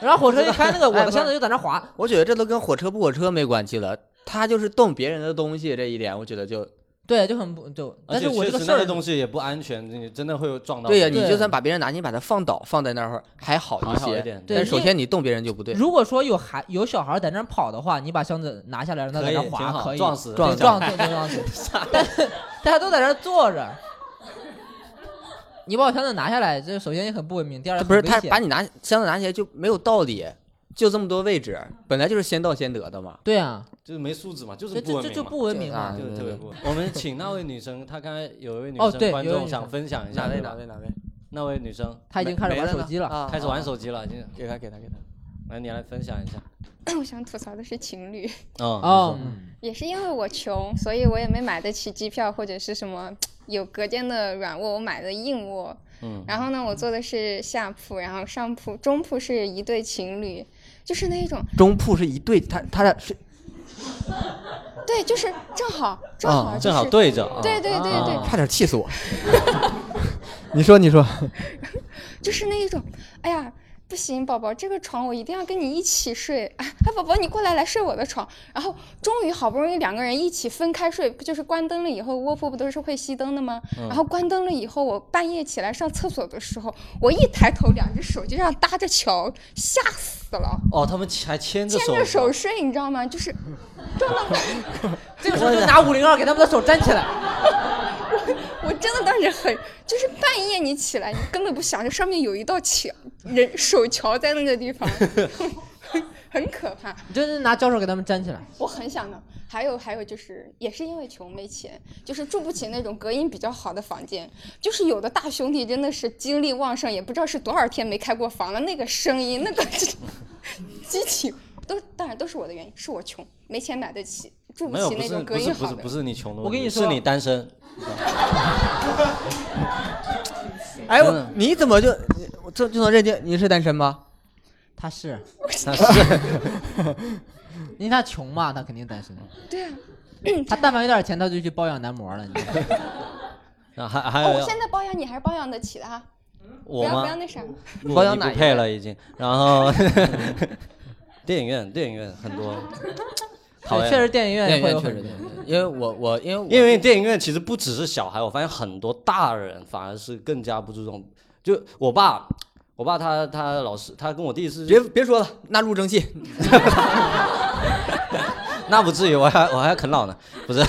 然后火车一 开，那个我
哎
的
不是
箱子就在那滑。
我觉得这都跟火车不火车没关系了，他就是动别人的东西这一点，我觉得就
对，就很不就，但
而
是
且
我这
啊确
个
实
事
那
儿
个，东西也不安全，你真的会有撞到
对
别
呀、
人。
你就算把别人拿，你把它放倒放在那儿还好
还
一
好一
些。
点，
对
但首先你动别人就不对，
如果说有孩有小孩在那儿跑的话，你把箱子拿下来让他
可
在
以
那儿
挺
滑，
好
可以
撞死
撞
撞
撞死撞死， 但是大家都在那儿坐着。你把我箱子拿下来，这首先也很不文明，第二
他不是
很危
他
险
把你拿箱子拿起来就没有道理，就这么多位置，本来就是先到先得的嘛。
对啊，
就是没素质嘛，就是
这
不
这
文
这
明
就
嘛
不文明
啊
嘛。
就是特别不文明。我们请那位女生，她刚才有一位女
哦对
生观
有一位
众
女啊
想
生
分享一下，对吧？
哪位？
那位女生
他已经开始玩手机了，
开始玩
机，
手机了，已经
啊给他给他给他。
来你来分享一下。
我想吐槽的是情侣，
嗯
哦，
也是因为我穷，所以我也没买得起机票或者是什么有隔间的软卧，我买的硬卧。
嗯，
然后呢，我坐的是下铺，然后上铺、中铺是一对情侣，就是那种
中铺是一对，他他俩是
对，就是正好正好、就是
正好对着啊，
对对对对，
啊
差点气死我。 你说你说，
就是那一种，哎呀，不行，宝宝，这个床我一定要跟你一起睡。 哎，宝宝，你过来来睡我的床。然后终于好不容易两个人一起分开睡，就是关灯了以后，卧铺不都是会熄灯的吗？
嗯
然后关灯了以后，我半夜起来上厕所的时候，我一抬头，两只手就这样搭着桥，吓死了。
哦，他们还牵着
牵
手，
着手睡，你知道吗？就是
这个时候就拿五零二给他们的手粘起来。
我真的当时很，就是半夜你起来，你根本不想着上面有一道桥，人手桥在那 个地方，很可怕。
你就是拿胶手给他们粘起来。
我很想的。还有还有就是，也是因为穷没钱，就是住不起那种隔音比较好的房间。就是有的大兄弟真的是精力旺盛，也不知道是多少天没开过房了，那个声音，那个 激情，都当然都是我的原因，是我穷，没钱买得起，住不
没有
起
不
那
是
种
不
隔
是
音
不
好
是
的
不。是你穷的问题，
我跟你说
是你单身，
哎我你怎么就我这就能认定你是单身吗？
他是，
但是
因为他穷嘛，他肯定单身。
对啊，
他但凡有点钱，他就去包养男模了。你知道 吗
啊还还
哦
有
我现在包养你还是包养得起的哈，不
我
要不
吗？
要那啥，
不
包养
你
哪一
不配
位
了已经。然 后电影院电影院很多，讨
对
厌
确实，电影院
电影
会有
院确
很
实，电影院因为我我因为我
因为电影院其实不只是小孩，我发现很多大人反而是更加不注重。就我爸，我爸他他老是他跟我第一次
别别说了，纳入征信。
那不至于，我还我还啃老呢，不是。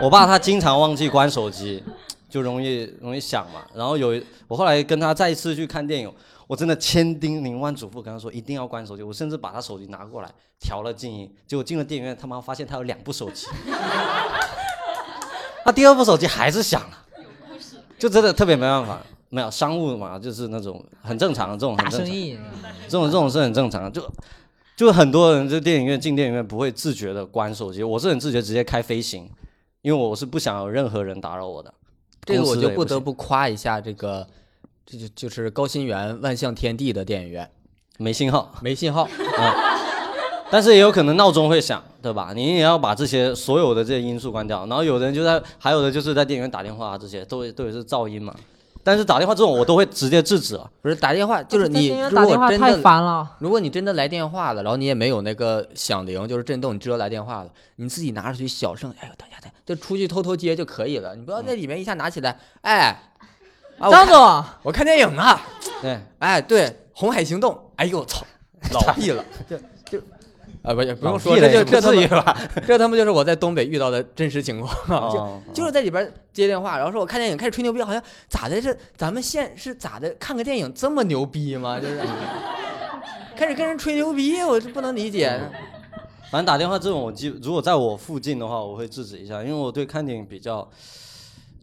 我爸他经常忘记关手机，就容易容易响嘛。然后有一我后来跟他再一次去看电影，我真的千叮咛万嘱咐跟他说一定要关手机，我甚至把他手机拿过来调了静音，结果进了电影院，他妈发现他有两部手机， 他第二部手机还是响了，就真的特别没办法。没有商务嘛，就是那种很正常，这种很
大
正
生
常。
意。
这种这种是很正常的，就就很多人就电影院进电影院不会自觉的关手机，我是很自觉直接开飞行，因为我是不想有任何人打扰我的。
这个
公
我
司
就
的也
不
不
得
行
不夸一下这个这就就是高新园万象天地的电影院，
没信号。
没信号。
但是也有可能闹钟会响，对吧？你也要把这些所有的这些因素关掉。然后有的人就在，还有的就是在店员打电话、啊，这些都都也是噪音嘛。但是打电话这种我都会直接制止啊。
不是打电话，就是你如
打
果
哦电话
真
太
的，
烦了。
如果你真的来电话了，然后你也没有那个响铃，就是震动，你知道来电话了，你自己拿出去小声，哎呦，等一下，等一下，就出去偷偷接就可以了，你不要在里面一下拿起来，哎，啊，我
张
看
总，
我看电影啊呢，
对，
哎，对，《红海行动》，哎呦，操，老屁了， 就就。啊，不也不用
老
说，
屁
这
了
就
也
这
不
他
至于
妈 这他妈就是我在东北遇到的真实 情况，就
哦
就是在里边接电话，然后说我看电影开始吹牛逼，好像咋的这咱们县是咋的看个电影这么牛逼吗？就是 开始跟人吹牛逼，我就不能理解。
反正打电话这种，我基如果在我附近的话，我会制止一下，因为我对看电影比较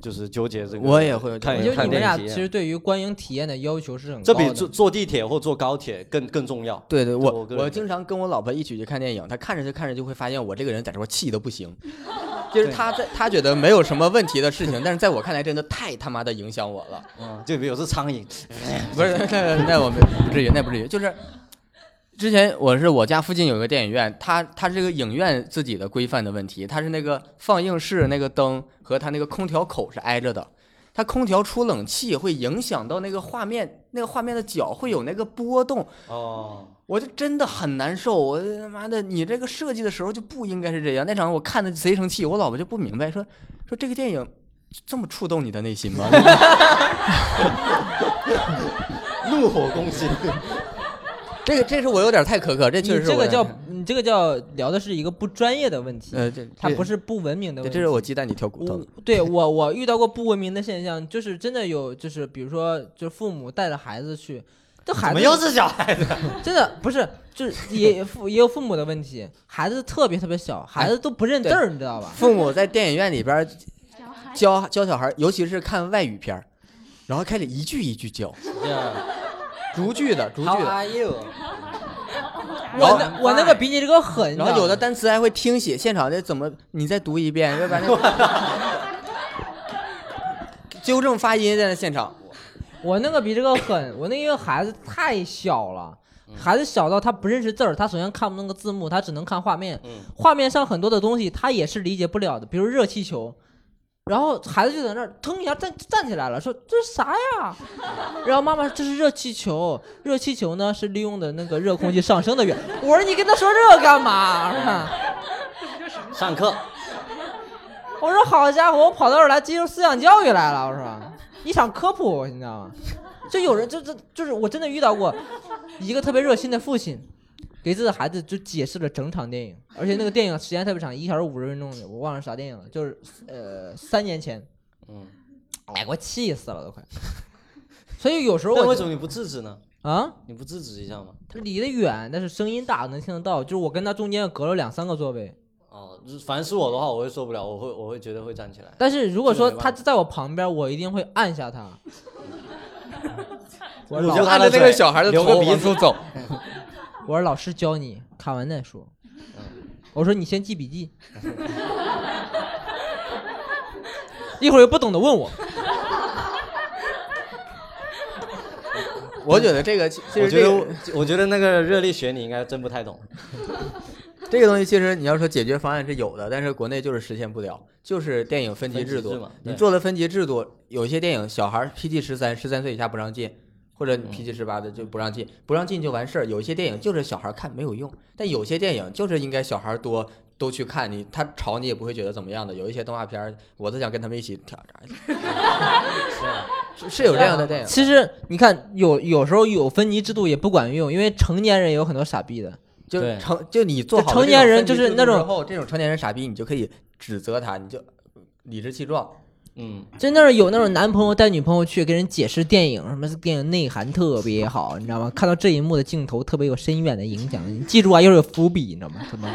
就是纠结这个。
我也会有
看
我觉得
看
你们
电
俩
影
其
体验
实对于观影体验的要求是很高
这
的。
比坐坐地铁或坐高铁更更重要。
对
对
对，我
我个人
我
也
经常跟我老婆一起去看电影，她看着就看着就会发现我这个人在这块气的不行，就是她在她觉得没有什么问题的事情，但是在我看来真的太他妈的影响我了。
嗯，就比如是苍蝇，
不是，那我们不至于，那不至于。就是之前我是我家附近有个电影院，它它这个影院自己的规范的问题，它是那个放映室那个灯和它那个空调口是挨着的，它空调出冷气会影响到那个画面，那个画面的角会有那个波动，
哦，
我就真的很难受。我就他妈的，你这个设计的时候就不应该是这样。那场我看的贼生气，我老婆就不明白，说说这个电影这么触动你的内 心吗？
怒火攻心。
这个这是我有点太苛刻，这
你
确实是
这
我
个
有点
叫你这个叫聊的是一个不专业的问题，
呃，这
它
这
不是不文明的
对，
问
这
题
是。我鸡蛋里挑骨头
我
的。
对我我遇到过不文明的现象，就是真的有，就是比如说，就父母带着孩子去，这
怎
孩
么
子
又是小孩子？
真的不是，就是也父也有父母的问题，孩子特别特别小，孩子都不认字儿，你知道吧？
父母在电影院里边儿教教小孩儿，尤其是看外语片儿，然后开始一句一句教，逐句的，逐句
How
啊
的。
are you？
然
我
后
那我那个比你这个狠，你知道
然
吗
后有的单词还会听写，现场的怎么你再读一遍，要不然 那纠正发音在那现场。
我那个比这个狠， 我那个孩子太小了。孩子小到他不认识字儿，他首先看不那个字幕，他只能看画面。
嗯
画面上很多的东西他也是理解不了的，比如热气球。然后孩子就在那儿腾一下站站起来了，说这是啥呀？ 然后妈妈说这是热气球，热气球呢是利用的那个热空气上升的原。我说你跟他说这干嘛？是吧
上课，
我说好家伙，我跑到这儿来接受思想教育来了，我说一场科普，你知道吗？就有人就这就是我真的遇到过一个特别热心的父亲，给自己的孩子就解释了整场电影，而且那个电影时间特别长，一个小时五十分钟的，我忘了啥电影了，就是呃三年前，
嗯，
哎，给我气死了都快。所以有时候
那
我
为什么你不制止呢？
啊，
你不制止一下吗？
他离得远，但是声音大能听得到，就是我跟他中间隔了两三个座位。
哦，就是凡是我的话，我会受不了，我会我会觉得会站起来。
但是如果说
这个没
他
办法
在我旁边，我一定会按下 他。我
捂
说
住
老
他的嘴留个鼻子。
走。
我说老师教你，看完再说。
嗯
我说你先记笔记，一会儿又不懂的问我。
我觉得这个其其
我
实
觉
这
得
个
我，我觉得那个热力学你应该真不太懂。
这个东西其实你要说解决方案是有的，但是国内就是实现不了，就是电影分级
分级
制
制
度
嘛。对
你做了分级制度，有些电影小孩 PG 十三、十三岁以下不让进，或者你 PG 十八的就不让进，不让进就完事儿。有一些电影就是小孩看没有用，但有些电影就是应该小孩多都去看你，他吵你也不会觉得怎么样的。有一些动画片儿，我都想跟他们一起跳啥，是是有这样的电影。
其实你看，有有时候有分级制度也不管用，因为成年人也有很多傻逼的。
就是
对
成就你做好
就成年人就是那种
种后这种成年人傻逼，你就可以指责他，你就理直气 壮。
嗯，
真的是有那种男朋友带女朋友去跟人解释电影，什么电影内涵特别好，你知道吗？看到这一幕的镜头特别有深远的影响，你记住啊，又有伏笔，你知道吗？什么？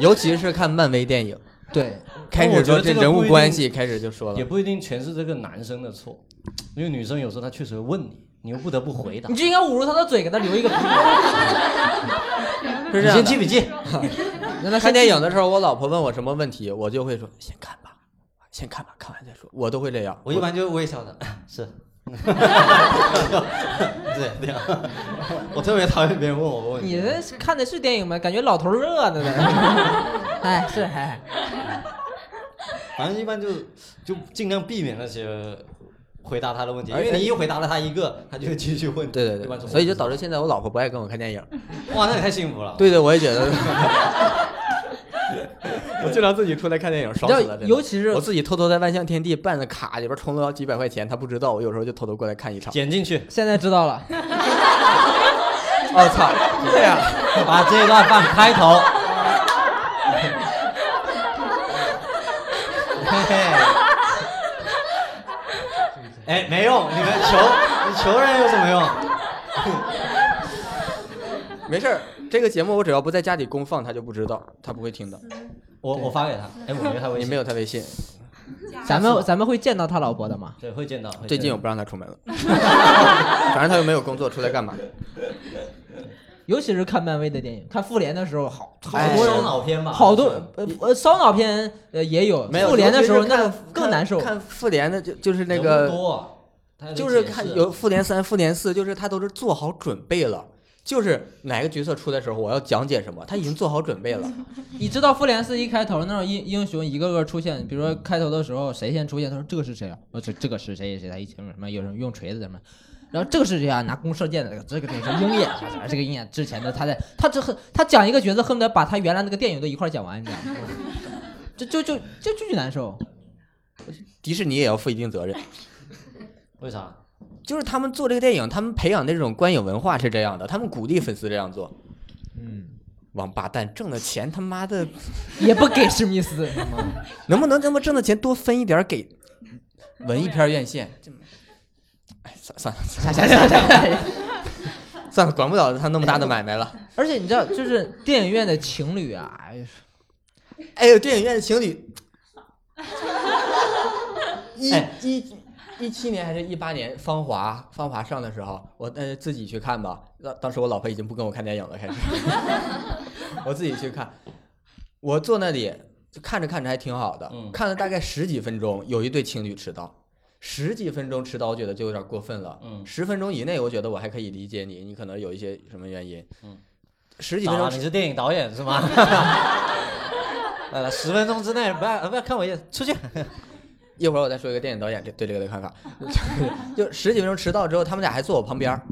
尤其是看漫威电影，
对，
开
我
始
觉
说
得
这
这个
人
不
物
一
关
定
系，开始就说
也
了，
不一定全是这个男生的错，因为女生有时候她确实会问你，你又不得不回答
你。就应该捂住他的嘴，给他留一个伏笔。
是
你
这样
先
的
记。笔记。
让他
看
先
电影的时候，我老婆问我什么问题，我就会说先看吧，先看吧，看完再说。我都会这样，
我一般就微笑 的，是， 对对啊，我特别讨厌别人问我问题。
你这是看的是电影吗？感觉老头儿热的 呢。哎，是哎，
反正一般就就尽量避免那些回答他的问题，因
而
为你一回答了他一个，他就会继续问。
哎对对
一般是
对，所以就导致现在我老婆不爱跟我看电影。
哇，那你太幸福了。
对对，我也觉得。 我经常自己出来看电影，爽死了。真的
尤其是
我自己偷偷在万象天地办的卡里边充了几百块钱，他不知道，我有时候就偷偷过来看一场。
剪进去，
现在知道 了。
我、操， 对呀、
把这一段放开头。嘿嘿哎，没用，你们求你求人有什么用？
没事儿，这个节目我只要不在家里公放，他就不知道，他不会听到。
我我发给他，哎，我没他微
你
信，
没有他微信，
咱们咱们会见到他老婆的吗？
对，会见到。会
最近
见
我
到
不让他出 门了，反正他又没有工作，出来干嘛？
尤其是看漫威的电影，看复联的时候好好
哎
好
多
多人
人，
脑片吧，
好多呃呃烧脑片呃也有，
没有。
复联的时候
尤其是
那
看
个更难受。
看看复联的就就是那
人物
个，
多啊他得
就是
解释
看有复联三、复联四，就是他都是做好准备了。就是哪个角色出的时候，我要讲解什么，他已经做好准备 了。
你知道复联四一开头那种英英雄一个个出现，比如说开头的时候谁先出现，他说这个是谁啊？哦这这个是谁谁谁，他一群人什么有人用锤子什么，然后这个是谁啊？拿弓射箭的，这个这个是鹰眼，我操这个鹰眼之前的他在他这恨他讲一个角色恨不得把他原来那个电影都一块儿讲完，你知道吗？就就就就就难受。
迪士尼也要负一定责任。
为啥？
就是他们做这个电影，他们培养的这种观影文化是这样的，他们鼓励粉丝这样做。
嗯，
王八蛋挣的钱，他妈的
也不给史密斯，他妈
能不能他妈挣的钱多分一点儿给文艺片儿院线？这么 哎，算算了
啥啥啥啥。
算了，管不了他那么大的买卖了。
而且你知道，就是电影院的情侣啊，哎呀，
哎呦，电影院的情 侣，一
哎
一一七年还是一八年，《芳华》《芳华》上的时候，我呃自己去看吧。当当时我老婆已经不跟我看电影 了，开始，我自己去看。我坐那里就看着看着还挺好的，
嗯
看了大概十几分钟，有一对情侣迟到。十几分钟迟到，我觉得就有点过分了。
嗯
十分钟以内，我觉得我还可以理解你，你可能有一些什么原因。
嗯，
十几分
啊，
钟
你是电影导演是吗？ 呃，十分钟之内不要不要看我一眼，出去。
一会儿我再说一个电影导演这对这个的看法， 就十几分钟迟到之后，他们俩还坐我旁边儿，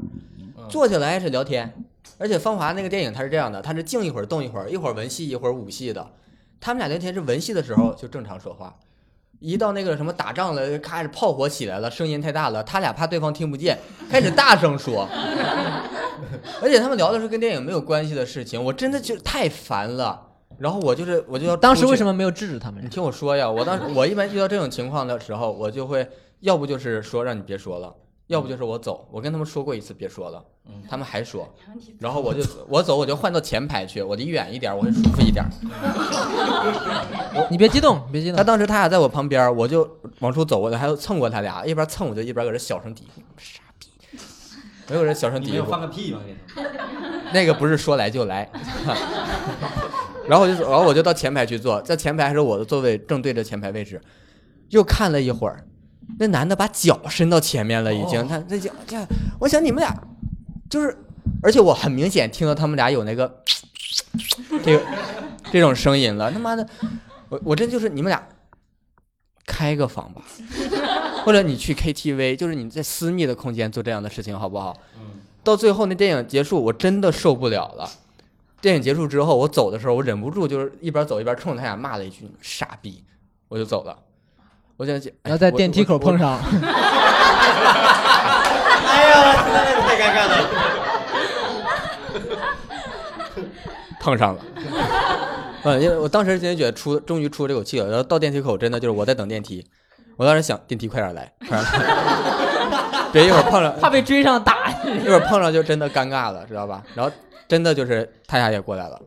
坐起来开始聊天。而且《芳华》那个电影它是这样的，它是静一会儿动一会儿，一会儿文戏一会儿武戏的。他们俩聊天是文戏的时候就正常说话，一到那个什么打仗了，开始炮火起来了，声音太大了，他俩怕对方听不见，开始大声说。 而且他们聊的是跟电影没有关系的事情，我真的就太烦了。然后我就是我就要
当时
出去
为什么没有制止他们
你
俩？
听我说呀，我当时我一般遇到这种情况的时候，我就会要不就是说让你别说了，要不就是我走。我跟他们说过一次别说了，他们还说，然后我就我走我就换到前排去，我离远一点，我会舒服一点。
你别激动，别激
他
动。
当时他俩在我旁边，我就往出走，我就还要蹭过他俩，一边蹭我就一边搁这小声嘀咕，傻逼，没有人小声
你
嘀
没有
咕
放，个屁吗？给他
那个不是说来就来。 然后我就然后我就到前排去坐，在前排还是我的座位正对着前排位置，又看了一会儿，那男的把脚伸到前面了，已经，
哦
他那脚这，我想你们俩就是，而且我很明显听到他们俩有那个这个这种声音了，他妈的，我我真就是你们俩开个房吧，或者你去 KTV，就是你在私密的空间做这样的事情好不好？
嗯
到最后那电影结束，我真的受不了了。电影结束之后，我走的时候，我忍不住就是一边走一边冲他俩骂了一句“傻逼”，我就走了。哎我想，
然后在电梯口碰
上。
上，
哎呀，实在是太尴尬了。
碰上了。嗯，因为我当时真觉得出，终于出这口气了。然后到电梯口，真的就是我在等电梯，我当时想电梯快点来，快点来， 别一会儿碰上，
怕被追上打。
一会儿碰上就真的尴尬了，知道吧？然后真的就是他俩也过来了，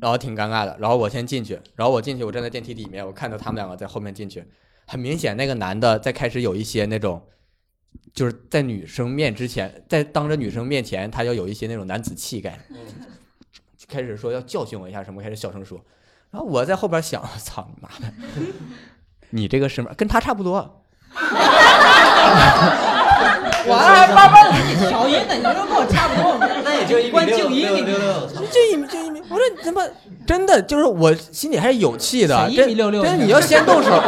然后挺尴尬的。然后我先进去，然后我进去，我站在电梯里面，我看到他们两个在后面进去，很明显那个男的在开始有一些那种。就是在女生面之前，在当着女生面前，他要有一些那种男子气概，开始说要教训我一下什么，开始小声说。然后我在后边想，我操你妈的！你这个师妹跟她差不多，
我还慢慢给你调音呢，你说跟我差不多，
那也就一
关静音给你
六六，
就就一米就一米，我说你他妈 真的就是我心里还是有气的，
谁
真
一米六六
真的你要先动手，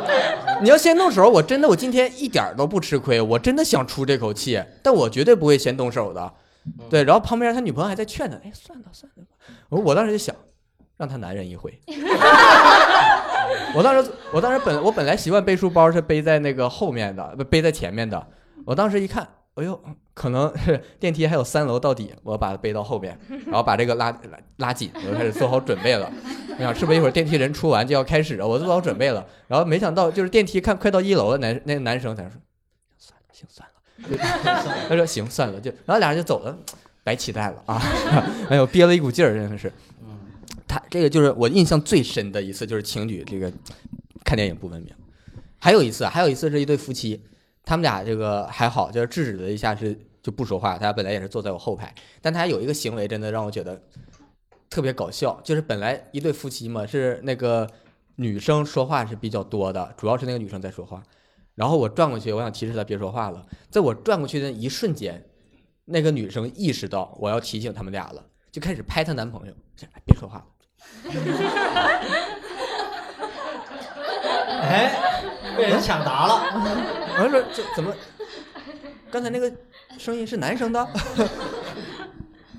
你要先动手，我真的我今天一点儿都不吃亏，我真的想出这口气，但我绝对不会先动手的。
嗯
对，然后旁边他女朋友还在劝他，哎，算了算了吧。我我当时就想，让他男人 一回。我当时我当时本我本来习惯背书包是背在那个后面的，不背在前面的。我当时一看，哎呦，可能 是电梯还有三楼到底，我把它背到后面，然后把这个拉拉拉紧，我就开始做好准备了。我想是不是一会儿电梯人出完就要开始了，我做好准备了。然后没想到就是电梯看快到一楼了，男那个男生才说，算了，行算了。他说行算了， 就然后俩人就走了，白期待了啊！ 哎呦，憋了一股劲儿，真的是。
嗯
他这个就是我印象最深的一次，就是情侣这个看电影不文明。还有一次，还有一次是一对夫妻，他们俩这个还好，就是制止了一下是就不说话。他俩本来也是坐在我后排，但他有一个行为真的让我觉得特别搞笑，就是本来一对夫妻嘛，是那个女生说话是比较多的，主要是那个女生在说话。然后我转过去，我想提示她别说话了，在我转过去的一瞬间，那个女生意识到我要提醒他们俩了，就开始拍她男朋友，是哎别说话了。
哎，被人抢答了，
我说这怎么？刚才那个声音是男生的？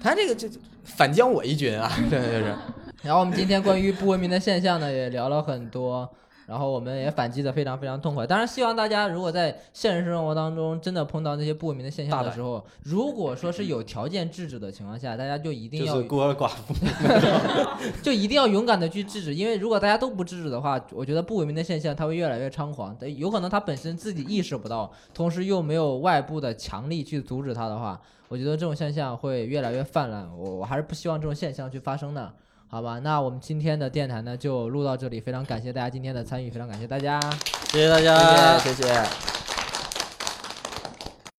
他这个就就反将我一军啊！真的就是，
然后我们今天关于不文明的现象呢，也聊了很多，然后我们也反击的非常非常痛快。当然，希望大家如果在现实生活当中真的碰到那些不文明的现象的时候，如果说是有条件制止的情况下，大家就一定
就
要
是孤儿寡妇。
就一定要勇敢的去制止，因为如果大家都不制止的话，我觉得不文明的现象它会越来越猖狂。但有可能他本身自己意识不到，同时又没有外部的强力去阻止他的话，我觉得这种现象会越来越泛滥。我我还是不希望这种现象去发生的，好吧？那我们今天的电台呢就录到这里，非常感谢大家今天的参与，非常感谢大家。
谢谢大家，
谢谢谢谢。